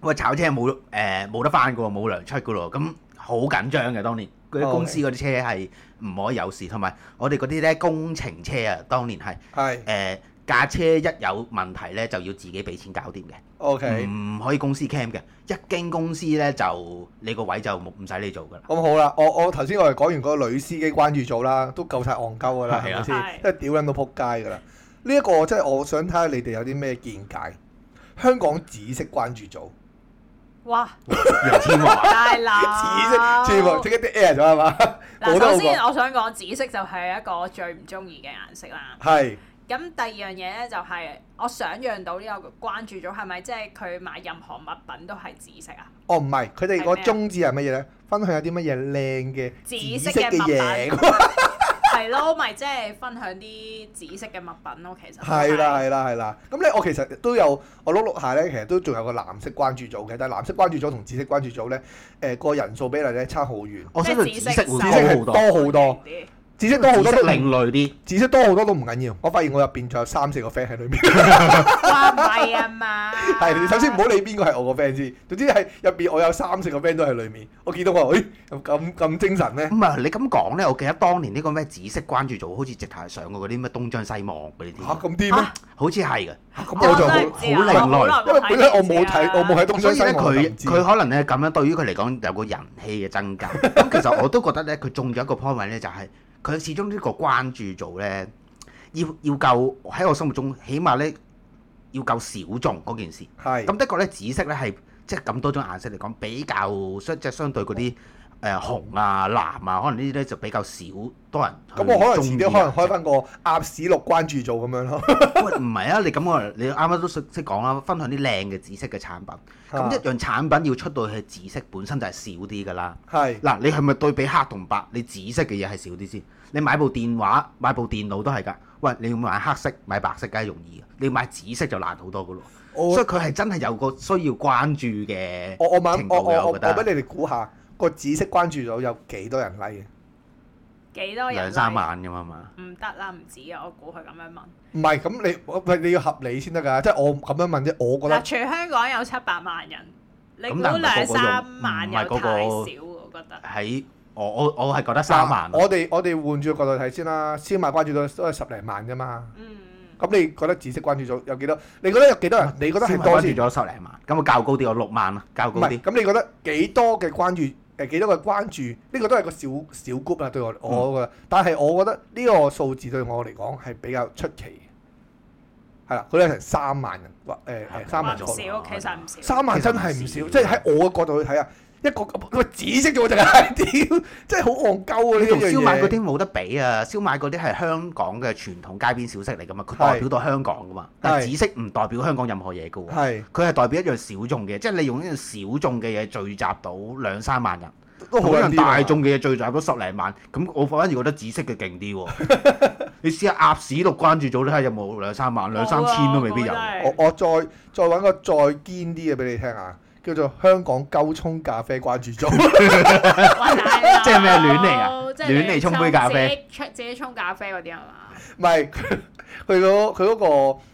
S3: 喂炒車冇誒冇得翻噶喎，冇糧出噶咯，咁好緊張嘅當年。嗰啲
S1: OK
S3: 公司嗰啲車係唔可以有事，同埋我哋嗰啲咧工程車啊，當年係。
S1: 係
S3: 誒呃架車一有問題咧，就要自己俾錢搞掂嘅，
S1: OK，
S3: 唔可以公司 cam 嘅。一經公司咧，就你個位就冇唔使你做 噶啦。
S1: 咁好啦，我我頭先我哋講完嗰個女司機關注組啦，都夠晒戇鳩㗎啦，係
S3: 係
S1: 咪
S3: 啊
S1: 先？
S2: 係
S1: 即係屌撚到撲街㗎啦！呢一個即係我想睇下你哋有啲咩見解。香港紫色關注組，
S2: 哇，
S3: 楊千嬅
S2: 大佬！
S1: 紫色，全部即刻啲 air 咗係嘛？ 冇得好
S2: 嗱，首先
S1: 講，
S2: 我想講紫色就係一個我最唔中意嘅顏色啦。
S1: 係
S2: 咁第二樣嘢咧就係、我想像到呢個關注組係咪即係佢買任何物品都係紫色啊？
S1: 哦，唔係，佢哋個
S2: 係咩啊
S1: 宗旨係乜嘢咧？分享有啲乜嘢靚嘅
S2: 紫
S1: 色
S2: 色
S1: 嘅
S2: 嘅物
S1: 嘢
S2: 品，，係咯，咪即係分享啲紫色嘅物品咯。其實都
S1: 係啦，係啦係啦。咁咧，我其實都有我碌碌下咧，其實都仲有個藍色關注組嘅，但係藍色關注組同紫色關注組咧，誒、個人數比例咧差好遠。
S3: 我相信
S2: 即係
S3: 紫
S2: 紫
S3: 色
S2: 色
S3: 會
S1: 紫色係
S3: 好多，
S1: 多好多，
S2: 啲
S1: 紫色多好多
S3: 紫
S1: 都
S3: 色另類啲。
S1: 紫色多好多都唔緊要。我發現我入邊仲有三四個 friend 喺裏
S3: 啊
S1: 面。
S2: 哇，唔係啊 嘛，
S1: 係，你首先唔好理邊個係我個 friend 先。總之係入邊我有三四個 friend 都喺裏面。我見到我，咦、咁咁精神咧
S3: 唔？係你咁講咧，我記得當年呢個咩紫色關注組，好似直頭係上過嗰啲咩東張西望嗰啲
S1: 嚇
S3: 添，
S1: 咁癲咩？嚇
S3: 好似係嘅。
S1: 咁、
S2: 我
S1: 我就
S2: 真
S1: 好
S2: 係唔
S3: 好
S2: 知啊
S3: 好另類
S2: 我好耐
S1: 因為本身我冇
S2: 睇
S1: 睇，我冇
S2: 睇。
S1: 喺東
S3: 啊
S1: 張
S3: 所以
S1: 西
S3: 咧，
S1: 望，我就
S3: 佢
S1: 唔知
S3: 佢可能咧咁樣對於佢嚟講有個人氣嘅 增加。咁其實我都覺得咧，佢中咗一個 point 位咧，就係佢始終呢個關注組咧，要要夠喺我心目中，起碼咧要夠小眾嗰件事。
S1: 係
S3: 咁的確咧，紫色咧係即係咁多種顏色嚟講，比較相即係相對嗰啲誒紅啊、藍啊，可能呢啲咧就比較少多人去
S1: 咁我可能
S3: 鍾
S1: 遲
S3: 意
S1: 啲可能
S3: 啊
S1: 開翻個鴨屎綠關注組咁樣咯。
S3: 喂，唔係啊！你咁我你啱啱都識識講啦，分享啲靚嘅紫色嘅產品。咁、
S1: 啊
S3: 一樣產品要出到去紫色本身就係少啲㗎啦。
S1: 係
S3: 嗱，你係咪對比黑同白？你紫色嘅嘢係少啲先。你買部電話、買部電腦都係㗎。喂，你要買黑色、買白色梗係容易嘅，你買紫色就難好多㗎咯。所
S1: 我
S3: 以佢係真係有個需要關注嘅
S1: 我我問
S3: 程度
S1: 我
S3: 嘅，
S1: 我我
S3: 我覺
S1: 我
S3: 得
S1: 俾你哋估下個紫色關注組有幾多人 like 嘅？
S2: 幾多人
S3: 兩三
S2: like？
S3: 萬咁啊嘛。
S2: 唔得啦，唔止啊！我估佢咁樣問。
S1: 唔係咁你我喂你要合理先得㗎，即係我咁樣問啫。我覺
S2: 嗱，
S1: 得
S2: 全香港有七百萬人，你估
S3: 咁但
S2: 兩
S3: 係唔係個個用
S2: 三萬
S3: 唔
S2: 又
S3: 係個個
S2: 太少，我覺得。
S3: 喺我我我係覺得三萬。
S1: 啊
S3: 啊
S1: 嗱我哋我哋換住個角度睇先啦，先買關注組都係十零萬啫嘛。
S2: 嗯，嗯
S1: 咁你覺得紫色關注組有幾多？你覺得有幾多人？你覺得係多
S3: 啊關
S1: 先
S3: 注？咗十零萬，咁我啊較高啲，我六萬啦，較
S1: 唔
S3: 高
S1: 係
S3: 啲。
S1: 咁，你覺得幾多嘅關注？誒幾多嘅關注？呢個都係個小小 group 啊，對
S3: 嗯
S1: 我我覺得。但係我覺得呢個數字對我嚟講係比較出奇嘅。係啦，佢哋有成三萬人，或誒誒三
S2: 哇
S1: 萬
S2: 唔
S1: 左
S2: 少，
S1: 右
S2: 其實唔少。
S1: 三萬真係唔
S3: 其實
S1: 少，
S3: 唔少
S1: 即係喺我嘅角度去睇啊，一個個紫色啫喎，淨係屌，真係好戇鳩啊！
S3: 你
S1: 呢
S3: 同
S1: 樣
S3: 燒賣嗰
S1: 嘢
S3: 啲冇得比啊！燒賣嗰啲係香港嘅傳統街邊小食嚟噶嘛，佢代表到香港噶嘛。但係紫色唔代表香港任何嘢噶喎，
S1: 係
S3: 佢係代表一樣小眾嘅，即係你用一樣小眾嘅嘢聚集到兩三萬人，
S1: 都好
S3: 同一
S1: 撚
S3: 樣
S1: 癲
S3: 大
S1: 啊
S3: 眾嘅嘢聚集到十零萬，咁我反而覺得紫色嘅勁啲喎。 你試下鴨屎六關注組，你睇下有冇兩三萬、兩三
S1: 啊
S3: 千都未必有。
S1: 我我再再揾個再堅啲嘅俾你聽啊，叫做香港鳩沖咖啡關注組，
S3: 即
S2: 即
S3: 係咩亂嚟啊亂嚟沖杯咖啡，
S2: 自己自己沖咖啡嗰啲係嘛？
S1: 唔係佢佢嗰佢嗰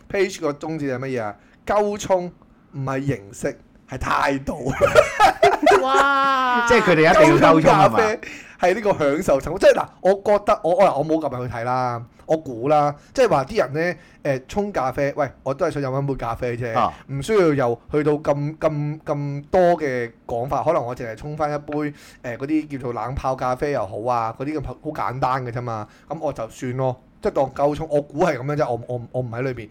S1: 個 page 個宗旨係乜嘢啊？鳩沖唔係形式，係態度。
S2: 哇！
S3: 即係佢哋一定要溝
S1: 溝通
S3: 通
S1: 咖
S3: 係嘛？
S1: 啡係呢個享受層，即係嗱，我覺得我我嗱我冇入入去睇啦，我估啦，即係話啲人咧誒、沖咖啡，喂，我都係想飲翻杯咖啡啫，唔、
S3: 啊
S1: 需要又去到咁咁咁多嘅講法，可能我淨係沖翻一杯誒嗰啲叫做冷泡咖啡又好啊，嗰啲咁好簡單嘅啫嘛，咁我就算咯，即係當夠沖，我估係咁樣啫，我我我唔喺裏邊，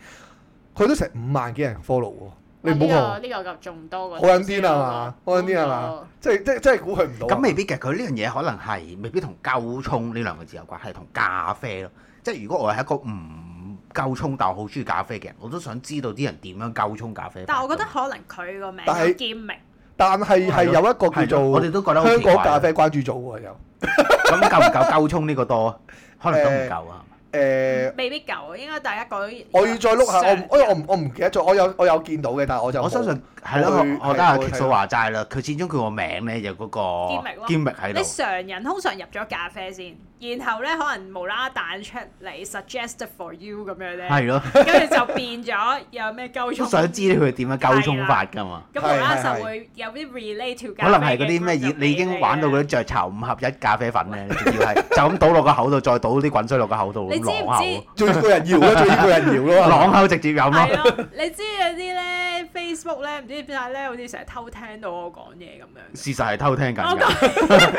S1: 佢都成五萬幾人 follow 喎，你唔好
S2: 啊呢
S1: 講
S2: 個。呢個仲多過
S1: 好撚癲啊嘛好撚癲啊嘛！即係即係即係估佢唔到啊。
S3: 咁未必嘅，佢呢樣嘢可能係未必同溝通呢兩個字有關，係同咖啡咯。即係如果我係一個唔溝通但我好中意咖啡嘅人，我都想知道啲人點樣溝通咖啡。
S2: 但係我覺得可能佢個名
S1: 但係
S2: 有兼明，
S1: 但係係有一個
S3: 係
S1: 叫
S3: 咯我
S1: 做
S3: 哋都覺得好
S1: 香
S3: 奇怪
S1: 港咖啡關注組喎，有
S3: 咁夠唔夠溝通呢 個多啊？可能都唔夠啊。
S1: 誒，
S2: 未必夠，應該大家講。
S1: 我要再碌下，我唔哎
S2: 我
S1: 我我唔我唔記得咗，我有我有見到嘅，但係我就
S3: 我
S1: 冇
S3: 相信係咯，
S1: 我去
S3: 我我覺得阿
S1: 係我去
S3: Kiko 話齋啦，佢始終佢個名咧有嗰
S2: 堅力
S3: 個
S2: 咯
S3: 堅力喺
S2: 你
S3: 度，
S2: 常人通常入咗咖啡先，然後咧可能無啦啦彈出嚟 suggested for you 咁樣咧，
S3: 係咯，
S2: 跟住就變咗有咩溝
S3: 都
S2: 通。
S3: 想知佢點樣溝通法㗎嘛。
S2: 咁無
S1: 係
S2: 啦啦
S1: 係
S2: 就會有啲 relate to 咖
S3: 可
S2: 啡
S3: 能係嗰啲咩已你已
S2: 啊
S3: 經玩到嗰啲雀巢五合一咖啡粉咧，你仲要係就咁倒落個口度，再倒啲滾水落個口度，
S2: 你知唔
S3: 啷口，
S1: 最個人搖 咯，最個人搖咯，
S3: 啷口直接飲
S2: 係
S3: 咯。
S2: 咯，你知嗰啲咧 Facebook 咧唔知點解咧，好似成日偷聽到我講嘢咁樣。
S3: 事實係偷聽緊
S2: 我
S3: 嘅，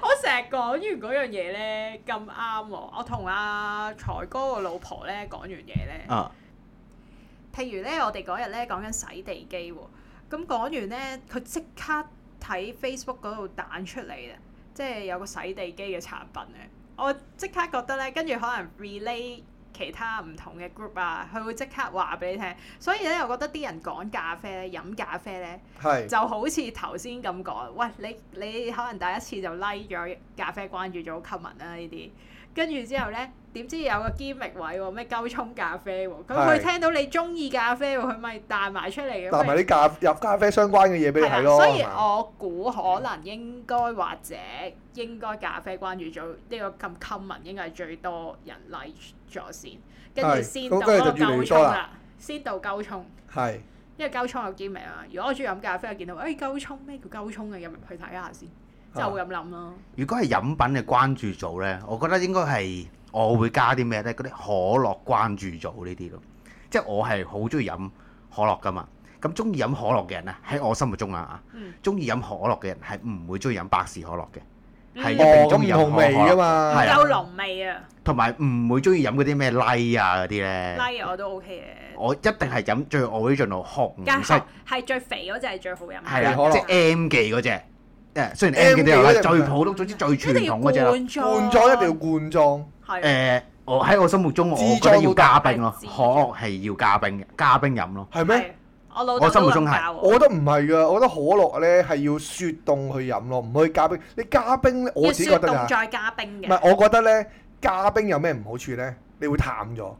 S2: 我成日講完嗰樣嘢咧咁啱喎，我同阿財哥個老婆咧講完嘢咧，
S3: 啊
S2: 譬如咧我哋嗰日咧講緊洗地機喎，咁講完咧佢即刻睇 Facebook 嗰度彈出嚟啊，即係有個洗地機嘅產品咧，我即刻覺得咧，跟住可能 relay。其他唔同嘅 group 啊，佢會即刻話俾你聽，所以咧，我覺得啲人講咖啡咧，飲咖啡咧，
S1: 係
S2: 就好似頭先咁講，喂，你你可能第一次就 like 咗咖啡關注咗 comment 啦呢啲，跟住之後呢，點知有個 gimmick 位喎，咩鳩沖咖啡喎，咁
S1: 係
S2: 佢聽到你中意咖啡喎，佢咪彈埋出嚟嘅。
S1: 搭埋啲咖入咖啡相關嘅嘢俾你
S2: 係啦
S1: 睇咯。
S2: 所以
S1: 係嘛
S2: 我估可能應該或者應該咖啡關注咗呢個咁 common 應該係最多人 like 咗先，跟
S1: 係
S2: 住先到
S1: 咁跟住
S2: 嗰個
S1: 就越嚟越
S2: 鳩
S1: 多
S2: 沖
S1: 啦
S2: 啦，先到鳩沖。
S1: 係
S2: 因為鳩沖有堅味啊！如果我中意飲咖啡，我見到誒鳩沖咩叫鳩沖嘅，入入去睇下先，即係會咁諗咯。
S3: 如果係飲品嘅關注組咧，我覺得應該係我會加啲咩咧？嗰啲可樂關注組呢啲咯，即係我係好中意飲可樂噶嘛。咁中意飲可樂嘅人咧，喺我心目中啊，
S2: 嗯，
S3: 中意飲可樂嘅人係唔會中意飲百事可樂嘅，係
S2: 嗯
S3: 一定
S1: 哦，
S3: 中意
S1: 咁
S3: 飲
S1: 唔同味
S3: 可樂
S1: 噶嘛，
S3: 係啊
S2: 夠濃味啊！
S3: 同埋唔會中意飲嗰啲咩拉啊嗰啲咧。
S2: 拉嘢我都 OK
S3: 我一定係飲最 original
S2: 嘅，
S3: 紅
S2: 加
S3: 色，
S2: 係最肥嗰只係最好飲嘅。
S3: 係
S1: 啦可
S3: 啊，
S1: 樂
S3: 即係 M 記嗰只。誒，雖然 M 記都有
S1: M
S3: 啦，
S1: 記嗰隻
S3: 最普通，總之最
S2: 一
S3: 傳
S2: 定要
S3: 統
S2: 罐
S3: 嗰只啦。
S1: 罐
S2: 裝，
S1: 裝一定要罐裝，
S2: 要係
S3: 誒，我喺我心目中，我覺得要加冰咯，
S2: 自
S3: 可
S2: 助
S3: 樂係要加冰嘅，加冰飲咯。
S1: 係
S2: 係
S1: 咩？
S2: 我老豆
S3: 我心目
S2: 都
S3: 中
S2: 咁
S3: 係
S2: 教
S1: 我
S2: 我，
S1: 覺得唔係噶，我覺得可樂咧係要雪凍去飲咯，唔可以加冰。你加冰咧，我
S2: 要
S1: 自己
S2: 雪
S1: 覺得啊
S2: 凍，再加冰
S1: 唔
S2: 嘅。
S1: 係我覺得咧加冰有咩唔好處咧？你會淡咗。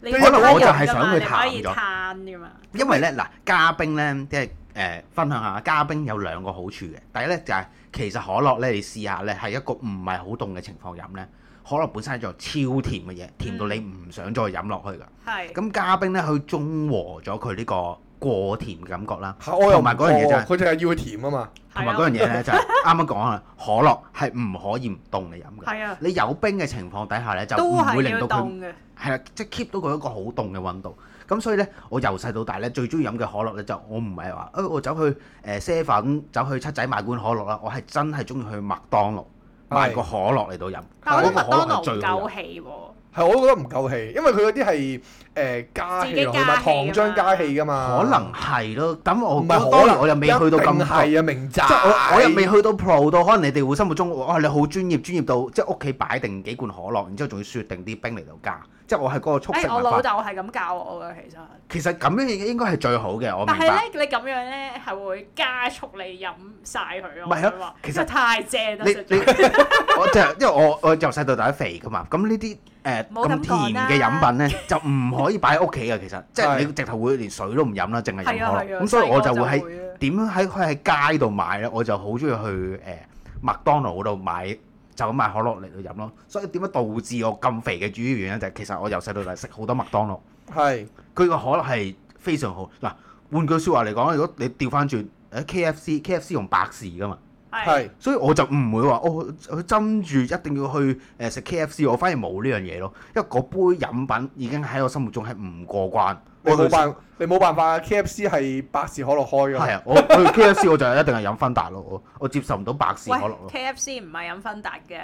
S2: 你
S1: 可能我
S3: 就係想佢
S2: 你可以
S3: 淡咗
S2: 攤㗎嘛。
S3: 因為咧嗱，加冰咧即係誒分享下，加冰有兩個好處嘅。第一咧就係、其實可樂咧，你試下咧係一個唔係好凍嘅情況飲咧，可樂本身係一種超甜嘅
S1: 嗯
S3: 嘢，甜到你唔想再飲落去㗎。
S2: 係
S3: 咁加冰咧，佢中和咗佢呢個過甜嘅感覺啦。
S1: 嚇我又唔
S3: 同埋嗰樣嘢真係
S1: 餓佢就係要佢甜啊嘛。
S3: 同
S2: 係
S3: 埋
S2: 啊
S3: 嗰樣嘢咧，就係啱啱講啦，可樂係唔可以唔凍嚟飲嘅。
S2: 係啊，
S3: 你有冰嘅情況底下咧，就
S2: 都
S3: 唔會
S2: 係
S3: 令
S2: 要
S3: 到佢
S2: 凍嘅。
S3: 係啦，即係 keep 到佢一個好凍嘅溫度。咁所以咧，我由細到大咧，最中意飲嘅可樂咧，就我唔係話，誒我走去誒啡粉，走去七仔買罐可樂啦，我係真係中意去麥當勞買個可樂嚟到飲。
S2: 但我覺得
S3: 嗰
S2: 麥
S3: 個可
S2: 當
S3: 樂
S2: 勞
S3: 係
S2: 唔
S3: 最好飲
S2: 夠氣喎。
S1: 係，我都覺得唔夠氣，因為佢嗰啲係誒加
S2: 自
S1: 氣
S2: 己
S1: 落去
S2: 加
S1: 嘛，
S2: 氣
S1: 糖
S2: 㗎
S1: 漿
S2: 嘛
S1: 加氣噶嘛。
S3: 可能係咯，咁我
S1: 唔係可能，
S3: 當然我又未去到
S1: 一
S3: 咁
S1: 定
S3: 高
S1: 係啊，明
S3: 即
S1: 仔。
S3: 係我我又未去到 pro 到，可能你哋會心目中哇你好專業，專業到即係屋企擺定幾罐可樂，然之後仲要雪定啲冰嚟到加，即係我係嗰個速
S2: 誒，哎
S3: 食
S2: 我
S3: 文
S2: 老
S3: 化。
S2: 豆係咁教我嘅，其實。
S3: 其實咁樣嘢應該係最好嘅，我
S2: 但
S3: 明
S2: 係
S3: 白。
S2: 咧，你咁樣咧係會加速你飲晒佢咯。
S3: 唔係啊
S2: 我想話
S3: 其實
S2: 因為太正啦，
S3: 你
S2: 實在
S3: 你我就因為我我由細到大都肥噶嘛，咁呢啲誒
S2: 冇咁
S3: 咁
S2: 講啦
S3: 甜嘅飲品咧就唔可以擺喺屋企嘅，其實即係
S1: 係
S3: 你直頭會連水都唔飲啦，淨係
S2: 係
S3: 飲
S2: 啊
S3: 可
S2: 係
S3: 樂。
S2: 啊，
S3: 咁所以我就會
S2: 細
S3: 喺
S2: 個會啊
S3: 點樣喺佢喺街度買咧？我就好中意去誒、呃、麥當勞嗰度買，就咁買可樂嚟到飲咯。所以點樣導致我咁肥嘅主要原因就係、其實我由細到大食好多麥當勞，
S1: 係
S3: 佢個可樂係非常好。嗱，換句説話嚟講，如果你調翻轉誒誒 KFC KFC 用百事噶嘛，
S2: 係
S1: 係
S3: 所以我就唔會話哦，佢斟住一定要去誒食 KFC，我反而冇呢樣嘢咯，因為嗰杯飲品已經喺我心目中係唔過關。
S1: 你
S3: 我去
S1: 冇辦你冇辦法，KFC 啊係百事可樂開㗎嘛。
S3: 係啊，我我去 KFC 我就一定係飲芬達咯，我我接受唔到百事可樂咯。
S2: 喂，KFC 唔係飲芬達嘅，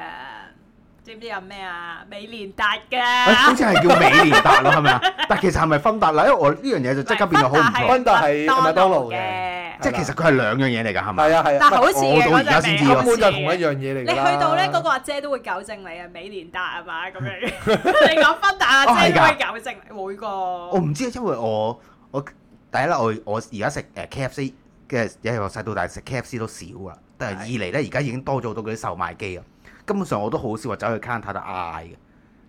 S2: 知唔知飲咩啊？美年達
S3: 誒好
S2: 嘅，
S3: 似係叫美年達咯，係咪啊？但其實係咪芬達啦？因為我呢樣嘢就即刻變到好唔
S2: 係
S3: 錯，
S1: 芬達係
S2: 麥
S1: 麥當勞嘅
S2: 嘅
S3: 即係其實佢係兩樣嘢嚟㗎，係咪？
S1: 係啊係啊，
S2: 但係好似
S3: 我
S2: 嘅
S3: 到而
S2: 嗰
S3: 家
S2: 陣
S3: 先
S2: 味
S3: 知啊
S2: 好
S1: 根
S2: 似
S1: 本就係
S2: 嘅
S1: 同一樣嘢嚟
S2: 你
S1: 㗎
S2: 去
S1: 啦
S2: 到咧，嗰、個阿姐都會糾正你啊，美年達啊嘛咁樣，你講芬達阿姐都會糾正你，會個。
S3: 我唔知，因為我我第一啦，我我而家食誒 KFC 嘅，因為我細到大食 KFC 都少啦。但係二嚟咧，而家已經多咗好多嗰啲售賣機啊，根本上我都好少話走去 counter 度嗌嘅，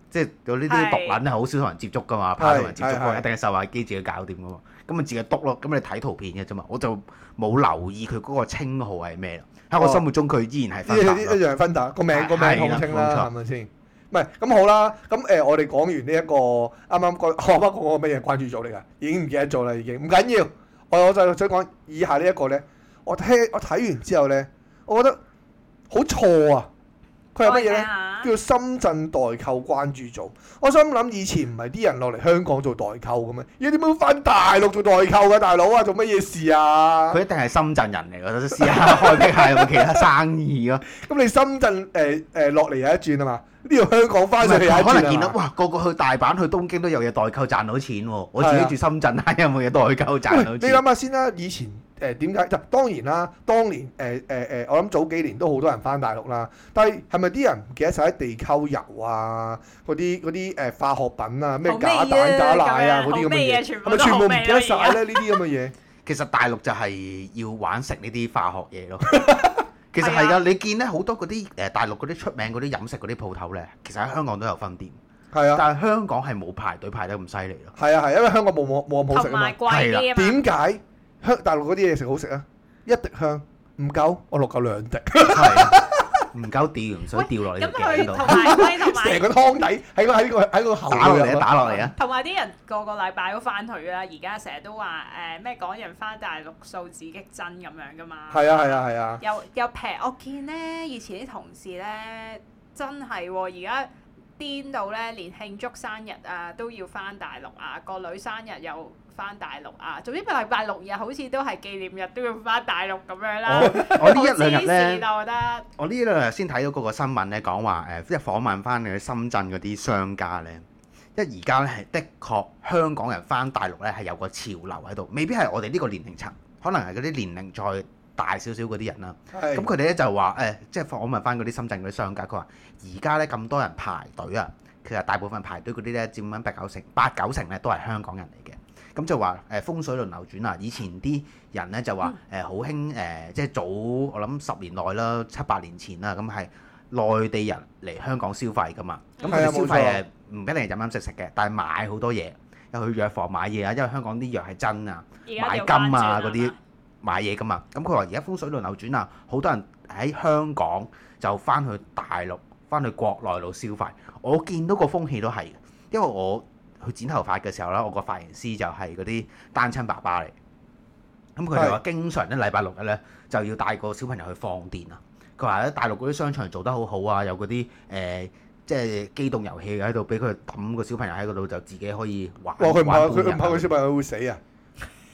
S3: 即係有呢啲
S2: 係
S3: 毒撚係好少同人接觸噶嘛，怕同人接觸
S1: 係係
S3: 一定係售賣機自己搞掂噶嘛，咁咪自己篤咯，咁你睇圖片嘅啫嘛，我就冇留意佢嗰個稱號係咩啦。喺我心目中佢依然係
S1: 呢
S3: 分
S1: 呢
S3: 達
S1: 一
S3: 咯。
S1: 樣係芬達個名
S3: 係
S1: 個名
S3: 係啦
S1: 統稱
S3: 冇
S1: 啦，
S3: 錯
S1: 係咪先？唔係咁好啦，咁誒、我哋講完呢、一個啊啱啱講，我 啱啱講個乜嘢關注組嚟㗎，已經唔記得咗啦，已經唔緊要。我我就想講以下呢一個咧，我聽我睇完之後咧，我覺得好錯啊！佢係乜嘢咧？
S2: 我聽下。
S1: 叫深圳代購關注組。我心諗以前唔係啲人落嚟香港做代購嘅咩？而家點樣翻大陸做代購㗎？大佬啊，做乜嘢事啊？
S3: 佢一定係深圳人嚟㗎，我試下開闢下有冇其他生意 咯。
S1: 咁你深圳誒誒落嚟有一轉啊嘛，呢度香港翻上去有一
S3: 可能
S1: 轉
S3: 見到
S1: 啊嘛。
S3: 哇，個個去大阪、去東京都有嘢代購賺到錢喎。我自己住深圳 睇有冇嘢代購賺到
S1: 喂你
S3: 錢。
S1: 諗下先啦，以前誒點解？就當然啦，當年誒誒誒，我諗早幾年都好多人翻大陸啦。但係係咪啲人唔記得晒啲地溝油啊、嗰啲嗰啲誒化學品啊、咩
S2: 好味
S1: 假
S2: 啊
S1: 蛋假奶啊
S2: 咁樣
S1: 嗰啲咁
S2: 好味
S1: 嘅
S2: 啊
S1: 嘢，
S2: 全
S1: 係
S2: 部
S1: 咪
S2: 都
S1: 全
S2: 好
S1: 部
S2: 味
S1: 唔
S2: 啦
S1: 記得晒咧？呢啲咁嘅嘢，
S3: 其實大陸就係要玩食呢啲化學嘢 咯。其實係
S2: 係啊
S3: 㗎，你見咧好多嗰啲誒大陸嗰啲出名嗰啲飲食嗰啲鋪頭咧，其實喺香港都有分店，
S1: 係啊，
S3: 但係香港係冇排隊排得咁犀 利咯。
S1: 係啊，係，因為香港冇冇冇咁好食啊嘛。
S2: 同埋貴啲啊嘛。
S1: 點解香大陸嗰啲嘢食好食啊？一滴香唔夠，我落夠兩滴，
S3: 係啊唔夠掂，所以掉落你條頸度，
S2: 咁佢同埋-喂，同埋-
S1: 成 個湯底喺個喺個喺個喉
S3: 打落
S1: 度
S3: 嚟
S1: 入
S3: 啊，
S1: 啊
S3: 打落嚟啊！
S2: 同埋啲人個個禮拜都返去啊，而家成日都話，誒，咩港人返大陸數字激增咁樣㗎嘛。
S1: 係啊係啊係啊，
S2: 又- 又平，我見呢，以前啲同事呢，真係喎，而家癲到呢，連慶祝生日啊，都要返大陸啊，個女生日又返大陸啊，總之個禮拜六日好似都係紀念日都要返大陸咁樣啦。
S3: 我我呢一兩日咧。
S2: 好黐線啊，我覺得。
S3: 我呢兩日先睇到嗰個新聞咧，講話誒，即係訪問翻佢深圳嗰啲商家咧，因為而家咧係的確香港人翻大陸咧係有個潮流喺度，未必係我哋呢個年齡層，可能係嗰啲年齡再大少少嗰啲人啦。
S1: 係啊
S3: 咁佢哋咧就話誒、即係訪問翻嗰啲深圳嗰啲商家，佢話而家咧咁多人排隊啊，其實大部分排隊嗰啲咧佔緊八九成，八九成咧都係香港人嚟嘅。咁就話誒、風水輪流轉啊！以前啲人咧就話
S1: 嗯
S3: 誒好興誒，即係早我諗十年內啦，七八年前啦，咁係內地人嚟香港消費噶嘛。咁佢
S1: 係
S3: 哋
S1: 啊
S3: 消
S1: 冇錯
S3: 費誒唔一定係飲飲食食嘅，但係買好多嘢，又去藥房買嘢啊，因為香港啲藥係真啊。買金啊嗰啲買嘢噶嘛。咁佢話而家風水輪流轉啊，好多人喺香港就翻去大陸、翻去國內度消費。我見到個風氣都係嘅，因為我去剪頭髮嘅時候啦，我個髮型師就係嗰啲單親爸爸嚟。咁佢就話經常咧禮拜六日咧就要帶個小朋友去放電啊。佢話咧大陸嗰啲商場做得好好啊，有嗰啲誒即係機動遊戲喺度，俾佢抌個小朋友喺嗰度就自己可以玩。
S1: 哇！佢唔怕
S3: 玩半
S1: 佢
S3: 日
S1: 佢唔怕
S3: 啊
S1: 佢小朋友會死啊！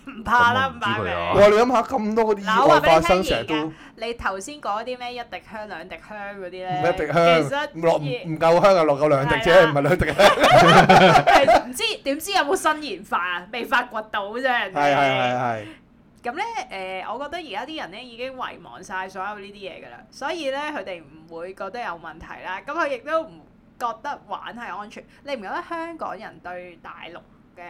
S2: 唔怕啦，
S3: 咁我
S2: 唔怕
S3: 唔知佢啊。
S2: 咩。
S1: 哇！你諗下咁多嗰啲
S2: 嗱
S1: 意
S2: 我
S1: 外
S2: 話俾
S1: 發
S2: 你
S1: 生，
S2: 聽
S1: 成日
S2: 而
S1: 都
S2: 家
S1: 唔
S2: 你頭先講啲咩一滴香兩滴香嗰啲咧，
S1: 一滴
S2: 其
S1: 香，唔
S2: 實
S1: 落唔唔夠香啊，落夠兩滴
S2: 係
S1: 啫，
S2: 啦
S1: 唔係兩滴啊香。
S2: 係唔知點知有冇新研發啊？未發掘到啫。人哋
S1: 係係係係，
S2: 咁咧誒，我覺得而家啲人咧已經遺忘晒所有呢啲嘢㗎啦，所以咧佢哋唔會覺得有問題啦。咁佢亦都唔覺得玩係安全。你唔覺得香港人對大陸嘅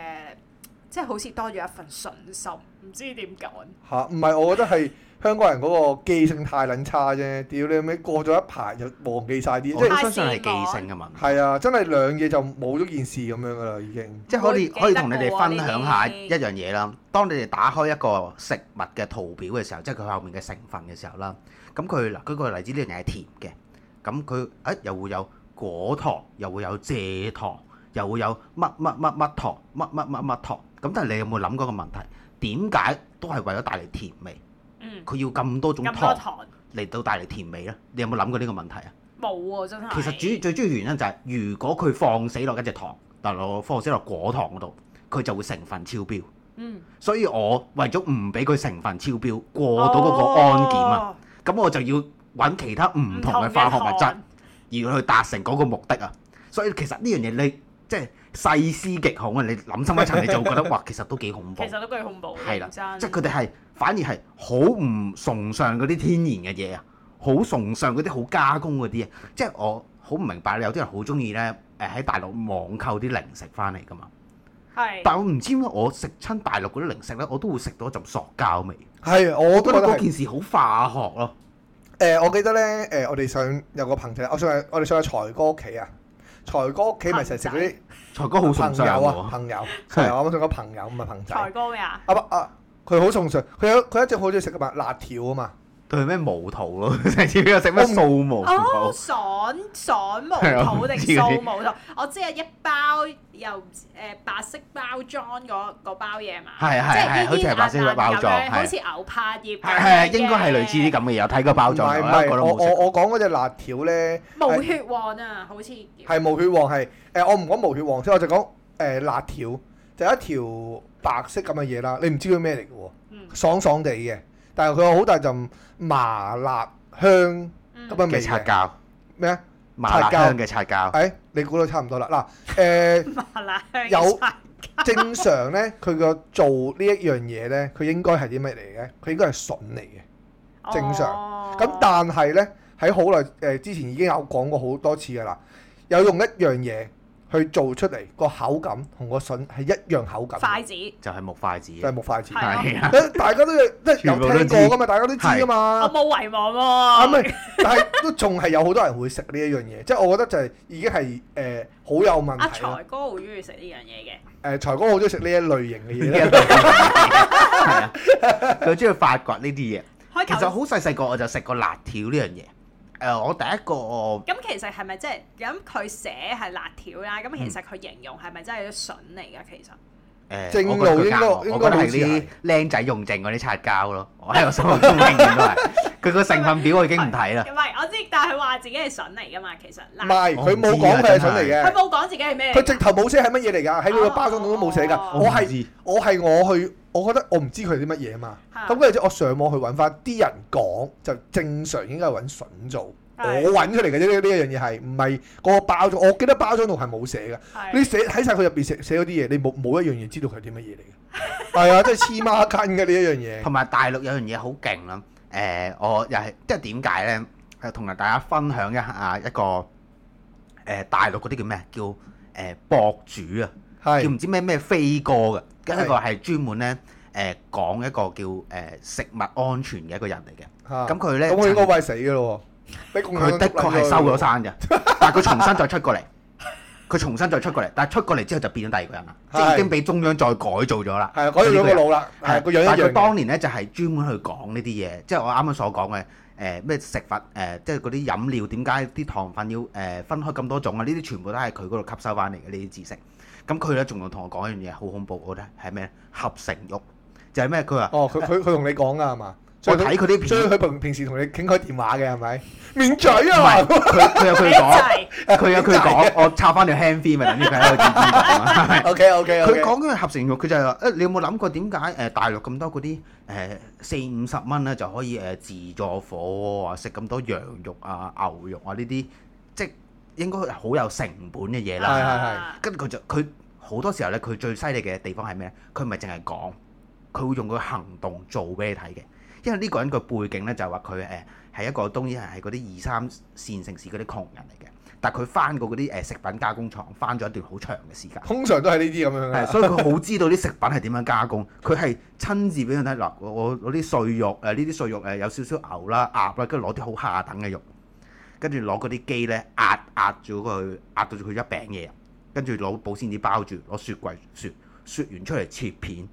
S2: 即係好似多咗一份信心？唔知點講。
S1: 嚇，唔係我覺得係香港人嗰個記性太撚差啫。屌你尾過咗一排就忘記晒啲，
S3: 我
S1: 即係
S3: 都相信係記性嘅問題。
S1: 係啊，真係兩嘢就冇咗件事咁樣噶啦，已經。
S3: 即係可
S2: 會記
S3: 以
S2: 得
S3: 可以同你哋分享下
S2: 喎呢
S3: 一
S2: 啲
S3: 樣嘢啦。當你哋打開一個食物嘅圖表嘅時候，即係佢後面嘅成分嘅時候啦。咁佢嗱，舉個例子，呢樣嘢係甜嘅，咁佢誒又會有果糖，又會有蔗糖，又會有乜乜乜乜糖，乜乜乜乜糖。咁但係你有冇諗過個問題？點解都係為咗帶嚟甜味？
S2: 嗯，
S3: 佢要咁多種
S2: 咁多
S3: 糖
S2: 糖
S3: 嚟到帶嚟甜味咧？你有冇諗過呢個問題啊？
S2: 冇喎，真係。
S3: 其實主最主要原因就係、如果佢放死落一隻糖，但我放死落果糖嗰度，佢就會成分超標。
S2: 嗯
S3: 所以我為咗唔俾佢成分超標，過到嗰個安檢啊，
S2: 哦
S3: 咁、我就要揾其他唔同嘅化學物質。而去達成嗰個目的啊。所以其實呢樣嘢你即係細思極恐啊！你諗深一層，你就會 覺得哇，其實都幾恐怖
S2: 其。實都幾恐怖嘅，
S3: 係啦
S2: 認真
S3: 即係佢哋係反而係好唔崇尚嗰啲天然嘅嘢啊，好崇尚嗰啲好加工嗰啲嘢。啊即係我好唔明白，有啲人好中意咧誒喺大陸網購啲零食翻嚟噶嘛。
S2: 係
S3: 但我唔知點解我食親大陸嗰啲零食咧，我都會食到一陣塑膠味。
S1: 係我
S3: 我
S1: 都覺
S3: 覺得
S1: 得
S3: 嗰
S1: 係。
S3: 件事好化學咯。
S1: 誒、我記得咧，誒、我哋上有個朋友，我上去我哋上去財哥屋企啊，財哥屋企咪成日食嗰
S3: 財哥好
S1: 啲
S3: 崇
S1: 朋
S3: 尚
S1: 友啊，
S3: 喎，
S1: 朋友
S3: 係
S1: 係我啱啱想講朋友唔係朋仔，
S2: 財哥咩啊？
S1: 啊不啊，佢好崇尚，佢有佢一直好中意食噶嘛，辣條啊嘛，
S3: 佢係咩無桃咯？ 成日俾我食咩素無
S2: 哦，
S3: 桃？
S2: 爽爽毛
S3: 係啊
S2: 肚
S3: 我
S2: 定
S3: 知
S2: 素毛肚？我知係一包又誒白色包裝嗰嗰包嘢嘛，
S3: 係係係，好似係白色嘅包裝，
S2: 好
S3: 係
S2: 似牛柏葉咁
S3: 係係
S2: 嘅
S3: 應該係類似啲咁嘅嘢，我睇個包
S1: 唔
S3: 裝，
S1: 係唔
S3: 我一個
S1: 係，
S3: 都
S1: 我
S3: 冇食過。
S1: 我我講嗰只辣條咧
S2: 無血旺啊，好似叫
S1: 係無血旺係，誒、我唔講無血旺，所以我就講誒、辣條，就一條白色咁嘅嘢啦，你唔知佢咩嚟嘅喎，
S2: 嗯
S1: 爽爽地嘅，但係佢有好大陣麻辣香
S2: 嗯
S1: 咁嘅
S3: 嘅
S1: 味
S3: 擦
S1: 嘅
S3: 膠，
S1: 咩啊？
S3: 麻辣香嘅擦膠，
S1: 誒，你估到差唔多啦。嗱，誒、
S2: 麻辣香嘅
S1: 有
S2: 菜
S1: 正常咧，佢個做呢一樣嘢咧，佢應該係啲咩嚟嘅？佢應該係筍嚟嘅。正常
S2: 哦
S1: 咁、但係咧，喺好耐誒之前已經有講過好多次噶啦，有用一樣嘢去做出嚟個口感同個筍係一樣口感嘅，
S2: 筷子
S3: 就係木筷子，
S1: 就係木筷子。
S2: 係啊
S3: 係啊，
S1: 誒大家都有即係
S3: 全部都
S1: 有聽過
S3: 知
S1: 噶嘛，大家都知噶嘛
S2: 我。冇遺忘
S1: 啊，
S2: 喎，
S1: 咪，但係都仲係有好多人會食呢一樣嘢，即係我覺得就係已經係誒好有問
S2: 阿
S1: 題啦。
S2: 財哥好中意食呢樣嘢嘅。
S1: 誒財哥好中意食呢一類型嘅 嘢啦。
S3: 係啊佢中意發掘呢啲嘢。
S2: 開
S3: 其實
S2: 頭
S3: 好細細個我就食過辣條呢樣嘢。誒，我第一個我
S2: 咁其實係咪即係咁佢寫係辣條啦？咁其實佢形容係咪真係啲筍嚟㗎？其實
S3: 誒，
S1: 正
S3: 我覺得
S1: 路
S3: 佢
S1: 應該
S3: 啱我
S1: 應該
S3: 我覺得
S1: 好
S3: 係
S1: 似
S3: 啲僆仔用剩嗰啲擦膠咯。 我喺我心目中永遠都係佢個成分表，我已經唔睇啦。
S2: 唔係我知，但係佢話自己係筍嚟㗎嘛。其實
S1: 唔
S2: 辣，
S1: 係，
S3: 我
S1: 佢
S3: 唔
S1: 冇
S3: 知
S1: 講
S3: 啊
S1: 佢係
S3: 真
S1: 筍嚟
S3: 係
S1: 嘅
S2: 佢，冇講自己係咩嚟㗎。
S1: 佢直頭冇寫係乜嘢嚟㗎，喺佢個包裝度都冇寫
S2: 哦
S1: 㗎。我
S3: 我唔
S1: 係
S3: 知
S1: 我係我去，我覺得我唔知佢係啲乜嘢嘛。
S2: 嚇
S1: 咁跟住之後我上網去揾翻啲人講，就正常應該係揾筍做。我
S2: 係
S1: 揾出嚟嘅啫，呢呢一樣嘢係唔係個包裝？我記得包裝度係冇寫㗎。
S2: 係
S1: 你寫睇晒佢入邊寫寫嗰啲嘢，你冇冇一樣嘢知道佢係啲乜嘢嚟 嘅？係啊，真係黐孖筋嘅呢一樣嘢。
S3: 同埋大陸有樣嘢好勁啦，誒、我又係即係點解咧？係同大家分享一下一個誒、大陸嗰啲叫咩？叫誒、博主啊，叫
S1: 係
S3: 唔知咩咩飛哥嘅，
S1: 係
S3: 一個係專門咧誒、講一個叫誒、食物安全嘅一個人嚟嘅。
S1: 嚇
S3: 咁佢咧
S1: 啊咁我應該喂死㗎咯喎，俾共
S3: 佢
S1: 享
S3: 的
S1: 督撚
S3: 確係收咗 山嘅，但係佢重新再出過嚟，佢重新再出過嚟，但係出過嚟之後就變咗第二個人啦，即係已經俾中央再改造咗啦。
S1: 係啊嗰兩個腦啦，係
S3: 係
S1: 個樣一
S3: 但係
S1: 樣
S3: 佢
S1: 嘅。
S3: 當年咧就係專門去講呢啲嘢，即係我啱啱所講嘅誒咩食物誒、即係嗰啲飲料點解啲糖分要誒、分開咁多種啊？呢啲全部都係佢嗰度吸收翻嚟嘅呢啲知識。咁佢咧仲有同我講一樣嘢好恐怖，我覺得係咩咧？合成肉就係咩？佢話
S1: 哦，佢佢佢同你講噶係嘛？
S3: 我睇佢啲
S1: 所以
S3: 片，
S1: 佢平平時同你傾開電話嘅係咪？面嘴
S3: 唔係
S1: 啊！
S3: 佢佢有佢講，
S2: 係
S3: 佢有佢講，我插翻條 hand free 咪等於佢喺度自知講啊。
S1: OK OK
S3: 佢
S1: OK。
S3: 講緊合成肉，佢就係話：誒，你有冇諗過點解誒大陸咁多嗰啲誒四五十蚊啊咧就可以誒自助火鍋啊，食咁多羊肉啊、牛肉啊呢啲，即係應該係好有成本嘅嘢啦。
S1: 係
S3: 跟住佢就佢好多時候咧，佢最犀利嘅地方係咩咧？佢唔係淨係講，佢會用佢行動做俾你睇嘅。因為呢個人個背景咧就係話佢誒係一個當然係係嗰啲二三線城市嗰啲窮人嚟嘅，但係佢翻過嗰啲呃誒食品加工廠，翻咗一段好長嘅時間。
S1: 通常都係呢啲咁樣嘅。
S3: 係，所以佢好知道啲食品係點樣加工， 佢係親自俾佢睇嗱，我我攞啲碎肉誒，呢啲碎肉誒有少少牛啦、鴨啦，跟住攞啲好下等嘅肉，跟住攞嗰啲機咧壓壓住佢，壓到佢一餅嘢，跟住攞保鮮紙包住，攞雪櫃雪雪完出嚟切片，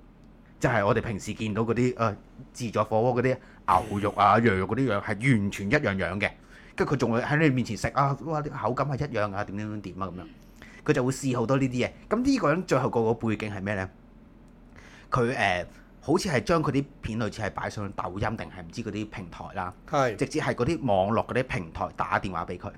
S3: 就係、我哋平時見到嗰啲誒自助火鍋嗰啲牛肉啊、羊肉嗰啲樣係完全一樣樣嘅，跟住佢仲會喺你面前食啊，哇啲口感係一樣啊，點點點點啊咁樣。佢就會試好多呢啲嘢。咁呢個人最後個個背景係咩呢？佢誒好呃好似係將佢啲片類似係擺上抖音定係唔知嗰啲平台啦，
S1: 係
S3: 直接係嗰啲網絡嗰啲平台打電話俾佢，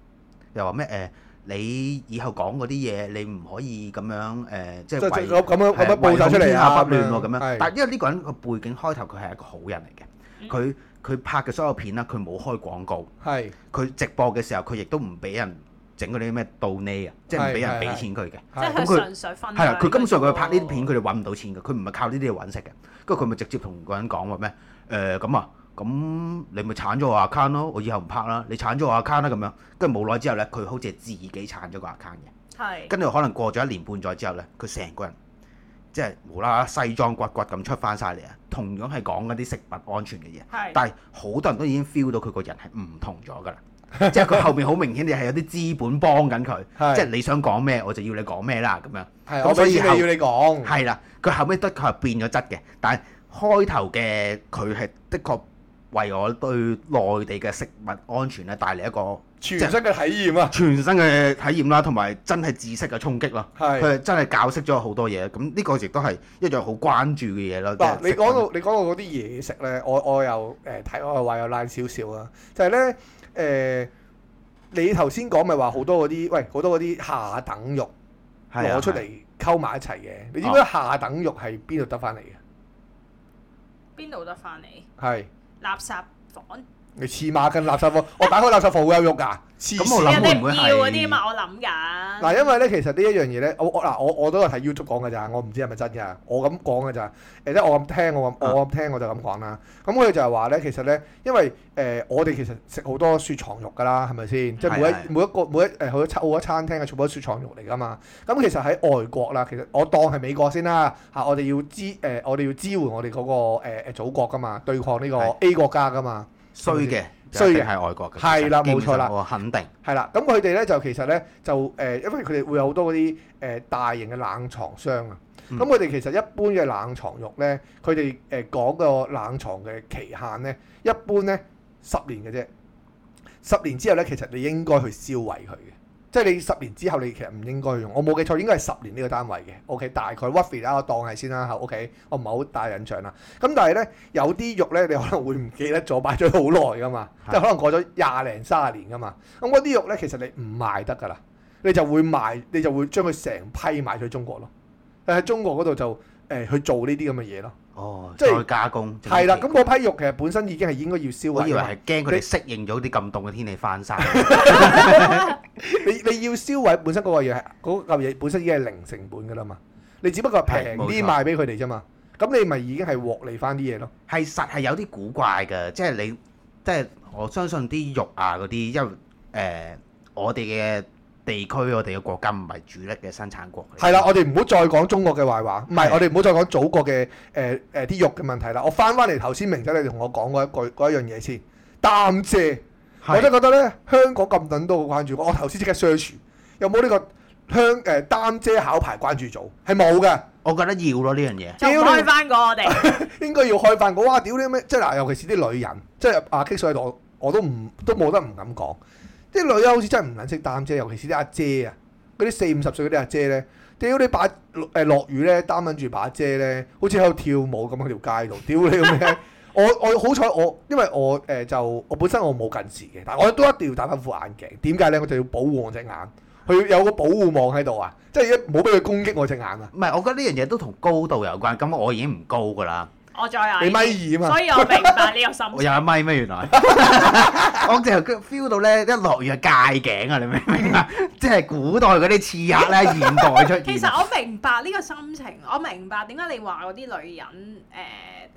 S3: 又話咩誒？你以後講嗰啲嘢，你唔可以咁樣誒、呃即
S1: 即
S3: 係
S1: 係
S3: 為
S1: 咁咁樣咁
S3: 係
S1: 樣報晒出嚟啊，
S3: 圍恐天下不亂喎咁樣。
S1: 係
S3: 但因為呢個人個背景開頭佢係一個好人嚟嘅，佢佢拍嘅所有片啦，佢冇開廣告，
S1: 係
S3: 佢直播嘅時候佢亦都唔俾人整嗰啲咩 d o n 啊，即係唔俾
S1: 係係
S3: 人俾
S1: 係
S3: 錢佢嘅。
S2: 即係啊
S1: 係
S2: 佢
S3: 咁佢
S2: 純粹分享。
S3: 係啦，佢根本上佢拍呢啲片，佢哋揾唔到錢嘅，佢唔係靠呢啲嘢揾食嘅。跟住佢咪直接同個人講話咩？誒咁啊，咁你咪鏟咗我 account 咯，我以後唔拍啦，你鏟咗我 account 啦咁樣。跟住無耐之後咧，佢好似係自己鏟咗個 account 嘅。
S2: 係
S3: 跟住可能過咗一年半載之後咧，佢成個人即係無啦啦西裝骨骨咁出翻晒嚟啊！同樣係講嗰啲食物安全嘅嘢，
S2: 係
S3: 但係好多人都已經 feel 到佢個人係唔同咗㗎啦。即係佢後面好明顯地係有啲資本幫緊佢，
S1: 係
S3: 即係你想講咩我就要你講咩啦咁樣。
S1: 係，
S3: 咁
S1: 我
S3: 所
S1: 俾
S3: 以
S1: 錢你
S3: 後
S1: 要你講，
S3: 係啦，佢後尾的確係變咗質嘅，但係開頭嘅佢係的確為我對內地嘅食物安全咧帶嚟一個
S1: 全
S3: 即係
S1: 身嘅體驗啊，
S3: 全新嘅體驗啦，同埋真係知識嘅衝擊咯。佢
S1: 係。
S3: 係真係教識咗我好多嘢，咁呢個亦都係一樣好關注嘅嘢咯。
S1: 嗱，
S3: 即係
S1: 你
S3: 食
S1: 講到你講到嗰啲嘢食咧，我我又誒睇我又話又爛少少啊，就係咧誒，你頭先講咪話好多嗰啲喂好多嗰啲下等肉
S3: 係啊
S1: 攞出
S3: 係啊哦
S1: 嚟溝埋一齊嘅，你知唔知下等肉係邊度得翻嚟嘅？
S2: 邊度得翻嚟？
S1: 係
S2: 垃圾房，
S1: 你黐孖筋垃圾房，我打開垃圾房會有肉㗎，黐
S3: 咁我
S1: 線
S3: 諗
S2: 人
S3: 會
S2: 哋
S3: 唔
S2: 唔
S3: 會係
S2: 要嗰啲嘛？我諗緊。
S1: 嗱，因為咧，其實呢一樣嘢咧，我我嗱，我我都係睇 YouTube 講嘅咋，我唔知係咪真㗎，我咁講嘅咋，誒，即係我咁聽，我咁
S3: 啊
S1: 我咁聽，我就咁講啦。咁佢就係話咧，其實咧，因為誒、我哋其實食好多雪藏肉㗎啦，係咪先？即係每一
S3: 嗯係係
S1: 每一個每一誒好多餐好多餐廳嘅全部都雪藏肉嚟㗎嘛。咁其實喺外國啦，其實我當係美國先啦嚇，我哋要支誒、我哋要支援我哋嗰、個誒、誒祖國㗎嘛，對抗呢個
S3: 係
S1: A 國家㗎嘛。
S3: 衰嘅，
S1: 衰嘅
S3: 就一定係外國嘅，
S1: 係啦
S3: 其實
S1: 冇錯啦
S3: 基本上我肯定
S1: 係啦，咁佢哋咧就其實咧就誒、呃因為佢哋會有好多嗰啲誒大型嘅冷藏箱啊。咁
S3: 嗯
S1: 佢哋其實一般嘅冷藏肉咧，佢哋誒講個冷藏嘅期限咧，一般咧十年嘅啫。十年之後咧，其實你應該去銷毀佢嘅，即係你十年之後你其實唔應該去用。我冇記錯應該係十年呢個單位嘅。OK，大概 roughly 啦，我當係先啦嚇。OK，我唔係好大印象啦。咁但係咧，有啲肉咧，你可能會唔記得咗擺咗好耐噶嘛，
S3: 係
S1: 即係可能過咗廿零三十年噶嘛。咁嗰啲肉咧，其實你唔賣得噶啦，你就會賣，你就會將佢成批賣去中國咯。但喺中國嗰度就誒、呃去做呢啲咁嘅嘢咯。
S3: 哦，
S1: 即係
S3: 再加工
S1: 係啦，咁嗰批肉其實本身已經係應該要銷
S3: 我
S1: 毀
S3: 以為
S1: 㗎嘛。
S3: 係驚佢哋適應咗啲咁凍嘅天氣翻山，
S1: 你你要銷毀本身嗰個嘢係嗰嚿嘢本身已經係零成本噶啦嘛，你只不過係平啲
S3: 係冇錯
S1: 賣俾佢哋啫嘛。咁你咪已經係獲利翻啲嘢咯。
S3: 係實係有啲古怪嘅，即係你即係我相信啲肉啊嗰啲，因為誒、呃我哋嘅地區，我哋嘅國家唔係主力嘅生產國嚟。
S1: 係啦，我哋唔好再講中國嘅壞話，唔係
S3: 係
S1: 我哋唔好再講祖國嘅誒誒啲肉嘅問題啦。我翻翻嚟頭先明仔你同我講嗰一句嗰一樣嘢先，擔謝。我
S3: 係
S1: 真係覺得咧，香港咁撚多個關注我，我頭先即刻 search 有冇呢個香誒擔遮考牌關注組係冇嘅，
S3: 我覺得要咯呢樣嘢。
S2: 就
S1: 屌你
S2: 開翻過我哋，
S1: 應該要開飯個。哇！屌你咩？即係嗱，尤其是啲女人，即係阿 K 所喺度，我我都唔都冇得唔敢講。啲女人好似真係唔撚識擔遮，尤其是啲阿姐啊，嗰啲四五十歲嗰啲阿姐咧，屌你把誒落雨咧擔撚住把遮咧，好似喺度跳舞咁喺條街度，屌你咁樣！ 我我好彩我，因為我誒、呃就我本身我冇近視嘅，但我都一定要戴翻副眼鏡。點解咧？我就要保護我隻眼，佢有個保護網喺度啊，即係唔好俾佢攻擊我隻眼啊！
S3: 唔係，我覺得呢樣嘢都同高度有關。咁我已經唔高㗎啦，
S2: 我再嗌
S1: 你米二啊嘛
S2: 所以我明白呢個心情。
S3: 我 有一米咩？原來 我就 feel 到咧，一落雨係戒頸啊！你明唔明啊？即係古代嗰啲刺客咧，現代出現。啊
S2: 其實我明白呢個心情，我明白點解你話嗰啲女人誒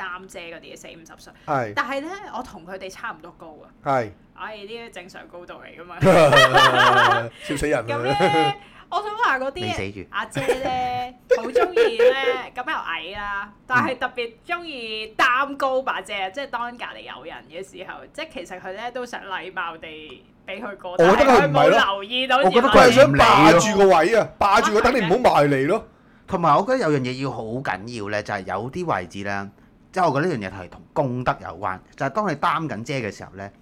S2: 擔遮嗰啲四五十歲，
S1: 係
S2: 但係咧我同佢哋差唔多高 啊，
S1: 係，
S2: 唉呢啲正常高度嚟噶嘛。
S1: 笑死人啊
S2: 咁
S1: 啦！
S2: 咧，我想話嗰
S3: 你死
S2: 啲
S3: 住。
S2: 阿姐咧，好中意咧，咁又矮啦，但係特別中意擔高把遮，即係當隔離有人嘅時候，即係其實佢咧都想禮貌地俾佢過，但
S1: 我覺
S2: 係
S1: 得佢
S2: 佢
S1: 唔
S2: 冇
S1: 係咯
S2: 留意到自
S3: 我
S2: 己
S3: 覺得
S1: 佢係
S2: 係
S1: 想霸住個位啊，霸住佢等你唔好埋嚟咯。
S3: 同埋我覺得有樣嘢要好緊要咧，就係有啲位置咧，即係我覺得呢樣嘢係同功德有關，就係、當你擔緊遮嘅時候咧，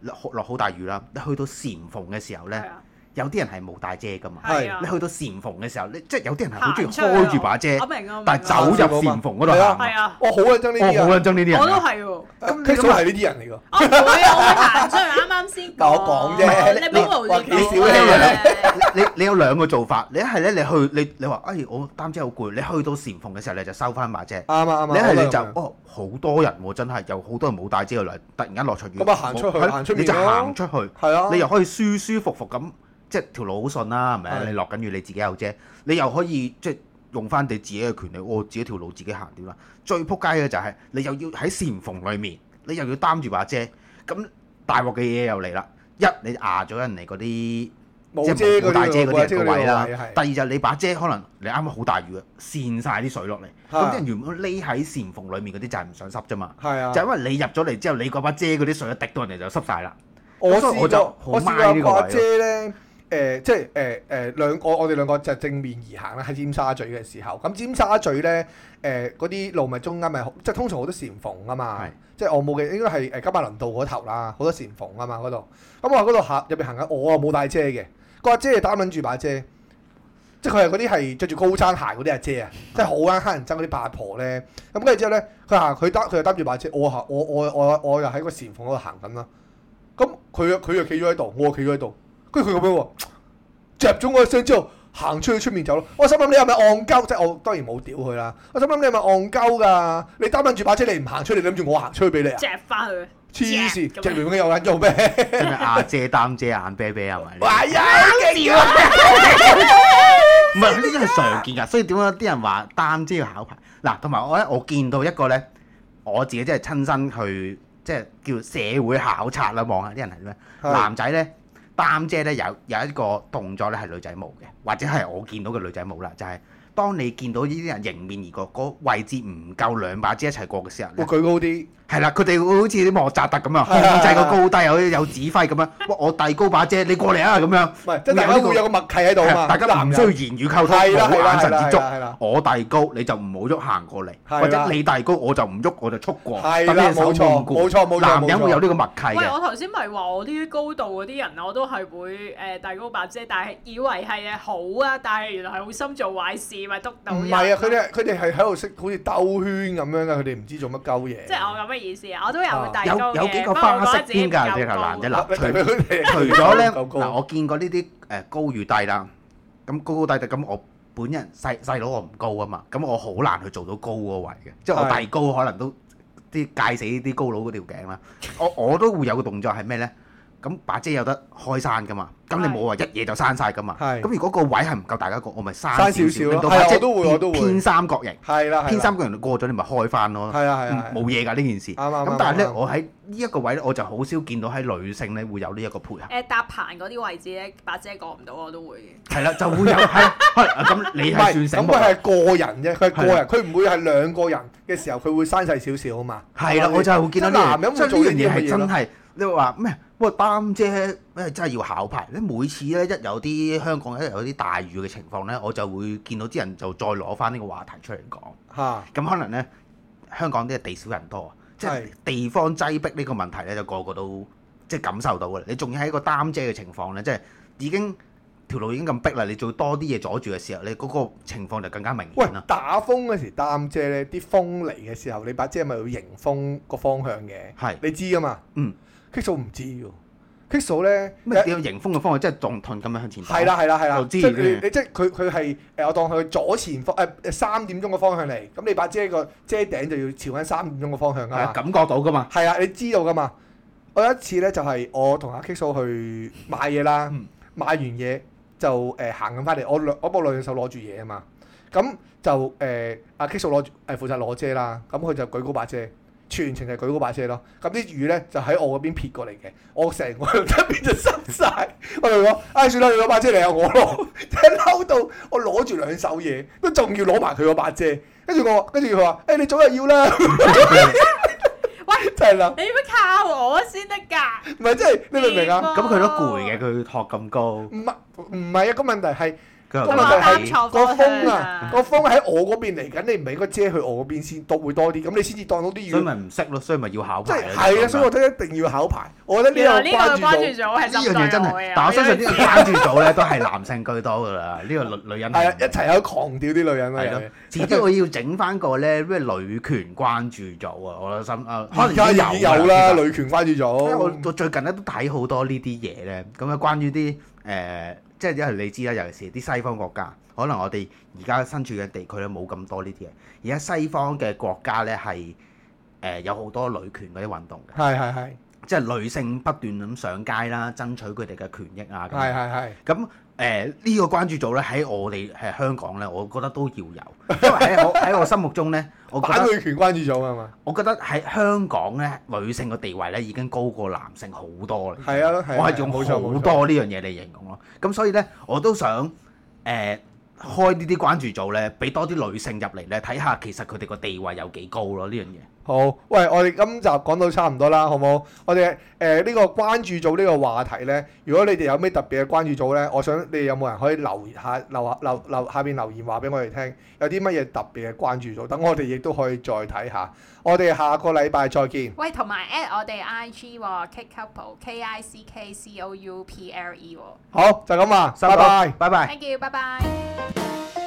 S3: 落落好大雨啦，你去到禪縫嘅時候咧，
S2: 啊，
S3: 有啲人係冇帶遮噶嘛。
S2: 係啊
S3: 你，去到禪縫嘅時候，你即係有啲人係好中意
S2: 行出去啊
S3: 開住把遮
S2: 我，明啊，我明啊
S3: 但係走入禪縫嗰度
S1: 係啊
S3: 行
S2: 係
S3: 啊。
S2: 啊，
S1: 我好撚憎呢
S3: 我
S1: 啲
S3: 好
S1: 人
S3: 撚憎呢啲
S2: 我都
S3: 人啊。
S2: 係喎。
S1: 啊，K 嫂係呢啲人嚟㗎。
S2: 我唔會啊，我會行出去。啱啱先
S1: 但我講啫
S2: 你冇無聊
S1: 你話幾
S3: 少嘢啊
S2: 嘅。
S3: 你你有兩個做法，你一係咧你去你你話，哎我擔遮好攰，你去到禪縫嘅時候你就收翻把遮。
S1: 啱啊啱啊，
S3: 你一係你就
S1: 咁樣
S3: 哦好多人喎，真係有好多人冇帶遮嚟，突然間落場雨。
S1: 咁啊行出去
S3: 係咯
S1: 行出面
S3: 你就
S1: 咯
S3: 行出去。
S1: 係啊，
S3: 你又可以舒舒服服咁，即係條路好順啦，係咪啊
S1: 係
S3: 你落緊雨，你自己有遮，你又可以即係用翻你自己嘅權利，我自己條路自己行掂啦。最撲街嘅就係、你又要喺禪縫裏面，你又要擔住把遮，咁大鑊嘅嘢又嚟啦。一你壓咗人哋嗰啲啊即
S1: 冇
S3: 係
S1: 遮
S3: 冇
S1: 嗰
S3: 帶
S1: 啲
S3: 遮嗰啲人嘅位啦。
S1: 係
S3: 第二就係你把遮可能你啱啱好大雨啊，跣晒啲水落嚟，咁
S1: 係
S3: 啲人原本匿喺禪縫裏面嗰啲就係唔想濕啫嘛。
S1: 係啊，
S3: 就因為你入咗嚟之後，你嗰把遮嗰啲水一滴到人哋就濕晒啦。
S1: 我
S3: 所以
S1: 試
S3: 我就
S1: 過，
S3: 好
S1: 我
S3: 買呢
S1: 試
S3: 個
S1: 過
S3: 位
S1: 阿姐咧，誒、即係誒誒兩個，我哋兩個就正面而行啦，喺尖沙咀嘅時候。咁尖沙咀咧，誒嗰啲路咪中間咪好即係通常好多禪縫啊嘛
S3: 係，
S1: 即係我冇嘅應該係誒金馬倫道嗰頭啦，好多禪縫啊嘛嗰度。咁我喺嗰度行入邊行緊，我啊冇帶遮嘅，個阿姐係擔撚住把遮。即係佢係嗰啲係着住高踭鞋嗰啲阿姐啊，即係好啱黑人憎嗰啲八婆咧。咁跟住之後咧，佢行佢擔佢又擔住把 遮，我行我我我我又喺個禪房嗰度行緊啦。咁佢又佢又企咗喺度，我又企咗喺度，跟住佢咁樣喎，着咗我一聲之後，行出去出面走咯。我心諗你係咪戇鳩？即係我當然冇屌佢啦。我心諗你係咪戇鳩㗎？你擔撚住把遮，你唔行出去，你諗住我行出去俾你啊？
S2: 嚼翻佢，
S1: 黐線，
S2: 咁樣
S1: 隻聯嘅有撚 用咩？
S3: 真係阿姐擔遮眼啤啤係咪？
S1: 哎呀，勁啊！
S3: 唔係呢啲係常見㗎，所以點解啲人話擔遮要考牌？嗱，同埋我咧，我見到一個咧，我自己真係親身去即係叫社會考察啦，望下啲人係咩
S1: 係
S3: 男仔咧。擔遮咧有有一個動作咧係女仔冇嘅，或者係我見到嘅女仔冇啦，就係、當你見到呢啲人迎面而過，嗰位置唔夠兩把遮一齊過嘅時候
S1: 我
S3: 咧，
S1: 舉高啲，
S3: 係啦，佢哋會好似啲莫扎特咁啊，
S1: 係係係
S3: 控制個高低，有有指揮咁樣，哇！我遞高把遮，你過嚟啊咁樣。
S1: 唔係即係大家會有個默契喺度啊嘛。
S3: 大家唔需要言語溝通，
S1: 係啦係
S3: 冇
S1: 啦
S3: 眼神接
S1: 係啦係啦係
S3: 觸
S1: 啦。
S3: 我遞高你就唔好喐行過嚟，
S1: 係啦
S3: 或者你遞高我就唔喐我就速過。
S1: 係啦
S3: 等你手
S1: 冇錯
S3: 唔顧
S1: 冇錯冇錯
S3: 男人
S1: 冇錯
S3: 會有呢個默契
S2: 喂，
S3: 嘅，
S2: 我頭先咪話我呢啲高度嗰啲人，啊我都係會誒大高白遮，但係以為係誒好啊，但係原來係好心做壞事，咪督到
S1: 唔
S2: 人
S1: 係啊！佢哋佢哋係喺度識好似兜圈咁樣嘅，佢哋唔知做乜鳩嘢。
S2: 即係我咁嘅意思啊！我都有
S1: 啊
S2: 遞高
S3: 有有
S2: 嘅
S3: 幾個
S2: 不過我
S3: 花
S2: 覺
S3: 式
S2: 得自己
S3: 添
S2: 唔
S3: 㗎，
S2: 夠
S3: 你係男仔
S2: 高
S3: 嗱，
S1: 除
S3: 除
S1: 啊 佢哋
S3: 除咗咧
S1: 夠高
S3: 嗱，我見過呢啲誒高與低啦，咁高高低低咁我。本人細細佬我唔高啊嘛，咁我好難去做到高嗰個位嘅，即係我
S1: 係
S3: 遞高可能都啲戒死啲高佬嗰條頸啦。我我都會有個動作係咩呢？咁把遮有得開山噶嘛，咁你
S2: 係
S3: 冇話一嘢就閂晒噶嘛。
S1: 係
S3: 咁如果個位係唔夠大家個，我咪
S1: 閂
S3: 閂
S1: 少
S3: 少少，
S1: 少咯
S3: 令到
S1: 係啊
S3: 把遮
S1: 我都會我都會
S3: 偏三角形，
S1: 係啦，係啦
S3: 偏三角形過咗你咪開翻咯。
S1: 係啊係啊，
S3: 嗯冇嘢㗎呢件事。
S1: 啱啱
S3: 咁但係
S1: 啱
S3: 呢，
S1: 啱
S3: 我喺呢一個位呢，我就好少見到喺女性呢會有呢一個配合。
S2: 誒搭棚嗰啲位置咧，白遮過唔到我都會嘅。
S3: 係啦，就 會有係係啊咁，你
S1: 唔係
S3: 係算
S1: 咁
S3: 醒目啊。
S1: 佢係個人啫，佢係個
S3: 係啦啊
S1: 人，佢唔會係兩個人嘅時候，佢會閂細少少啊嘛。
S3: 係啦，我就係會見到
S1: 即係男人
S3: 即係
S1: 會
S3: 呢
S1: 做呢
S3: 樣
S1: 啲
S3: 嘢
S1: 咁嘅
S3: 係
S1: 嘢
S3: 真
S1: 咯。
S3: 係你話咩？喂，擔遮咩真係要考牌咧？每次咧一有啲呃香港一有啲大雨嘅情況咧，我就會見到啲人就再攞翻呢個話題出嚟講。
S1: 嚇
S3: 咁可能咧，香港啲地少人多，即係
S1: 係
S3: 地方擠迫呢個問題咧，就個個都即係感受到嘅。你仲要喺一個擔遮嘅情況咧，即係已經條路已經咁逼啦，你做多啲嘢阻住嘅時候，你嗰個情況就更加明
S1: 喂
S3: 顯啦。
S1: 打風嗰時擔遮咧，啲風嚟嘅時候，你把遮咪要迎風個方向嘅，
S3: 係
S1: 你知噶嘛？
S3: 嗯
S1: ，Kick 數唔知喎，Kick 數咧
S3: 咩？你要迎風嘅方向，即係撞盾咁樣向前打。
S1: 係啦係啦係啦
S3: 我，知
S1: 即係你
S3: 嗯
S1: 你即係佢佢係誒，我當佢左前方誒誒三點鐘嘅方向嚟，咁你把遮個遮頂就要朝緊三點鐘嘅方向
S3: 係啊，
S1: 啊嘛，
S3: 感覺到噶嘛。
S1: 係啊，你知道噶嘛？我有一次咧就係我同阿 K 嫂去買嘢啦
S3: 嗯，
S1: 買完嘢就誒行緊翻嚟，我兩我部兩手攞住嘢啊嘛，咁就誒阿 K 嫂攞住誒負責攞遮啦，咁佢就舉高把遮。全程就舉高把遮咯，咁啲雨咧就喺我嗰邊撇過嚟嘅，我成個側邊就濕晒。我同佢講：，唉、算啦，你攞把遮嚟啊，我攞。真係嬲到我攞住兩手嘢，都仲要攞埋佢個把遮。跟住我，跟住佢話：，誒、哎你早日要啦，
S2: 喂，
S1: 真係啦，
S2: 你要唔要靠我先得㗎？
S3: 哦
S1: 唔係即係你明唔明啊？
S3: 咁佢都攰嘅，佢托咁高。
S1: 啊唔係唔係一個問題係
S3: 跟住
S1: 咁
S3: 我
S1: 問
S3: 覺得
S1: 題
S2: 啱
S3: 係
S2: 錯
S1: 個
S2: 方向
S1: 風啊
S2: 啊，
S1: 個風喺我嗰邊嚟緊，你唔係應該遮去我嗰邊先，多會多啲，咁你先至當到啲
S3: 所
S1: 魚。
S3: 以咪唔識咯，所以咪要考
S1: 即
S3: 牌
S1: 係
S3: 咯。
S1: 係啊，所以我
S3: 呢
S1: 覺得一定要考牌。我覺得
S2: 原來
S1: 呢
S2: 呢
S1: 個
S2: 個關
S1: 關
S2: 注
S1: 注
S2: 組係
S3: 樣嘢真啊係，但我相信呢個關注組咧都係男性居多噶啦，呢個女女人
S1: 到係啊，一
S3: 係
S1: 齊喺度狂屌啲女人啊啦。
S3: 係
S1: 又
S3: 咯
S1: 係，
S3: 遲啲我要整翻個咧咩女權關注組啊！我心啊，可
S1: 而
S3: 能
S1: 家
S3: 已
S1: 已
S3: 經
S1: 經有啦，
S3: 其實
S1: 女權關注
S3: 因為我
S1: 組。
S3: 我最近咧都睇好多呢啲嘢咧，咁啊關於啲誒、呃即係因為你知啦，尤其是啲西方國家，可能我哋而家身處嘅地區咧冇咁多呢啲嘢。而家西方嘅國家咧係誒有好多女權嗰啲運動嘅，
S1: 係係係
S3: 即係女性不斷咁上街啦，爭取佢哋嘅權益啊。咁
S1: 係
S3: 樣
S1: 係係。
S3: 咁誒呢個關注組咧喺我哋係香港咧，我覺得都要有，因為喺我喺我心目中咧，我覺
S1: 反
S3: 得
S1: 女權關注組係嘛？
S3: 我覺得喺香港咧，女性嘅地位咧已經高過男性好多啦。
S1: 係啊，係啊
S3: 我係用
S1: 冇
S3: 好
S1: 錯冇錯
S3: 多呢樣嘢嚟形容咯。咁所以咧，我都想誒、呃、開呢啲關注組咧，俾多啲女性入嚟咧，睇下其實佢哋個地位有幾高咯。呢樣嘢
S1: 好，喂，我哋今集講到差唔多啦，好冇？我哋誒呢個關注組呢個話題呢，如果你哋有咩特別嘅關注組呢，我想你哋有冇人可以留下留下留留下邊留言話俾我哋聽，有啲乜嘢特別嘅關注組，等我哋亦都可以再睇下。我哋下個禮拜再見。
S2: 喂，同埋 at 我哋 IG 喎，Kick Couple K I C K C O U P L E 喎
S1: 好，就咁啊，拜拜。
S3: 拜拜。
S2: ，thank you，拜拜。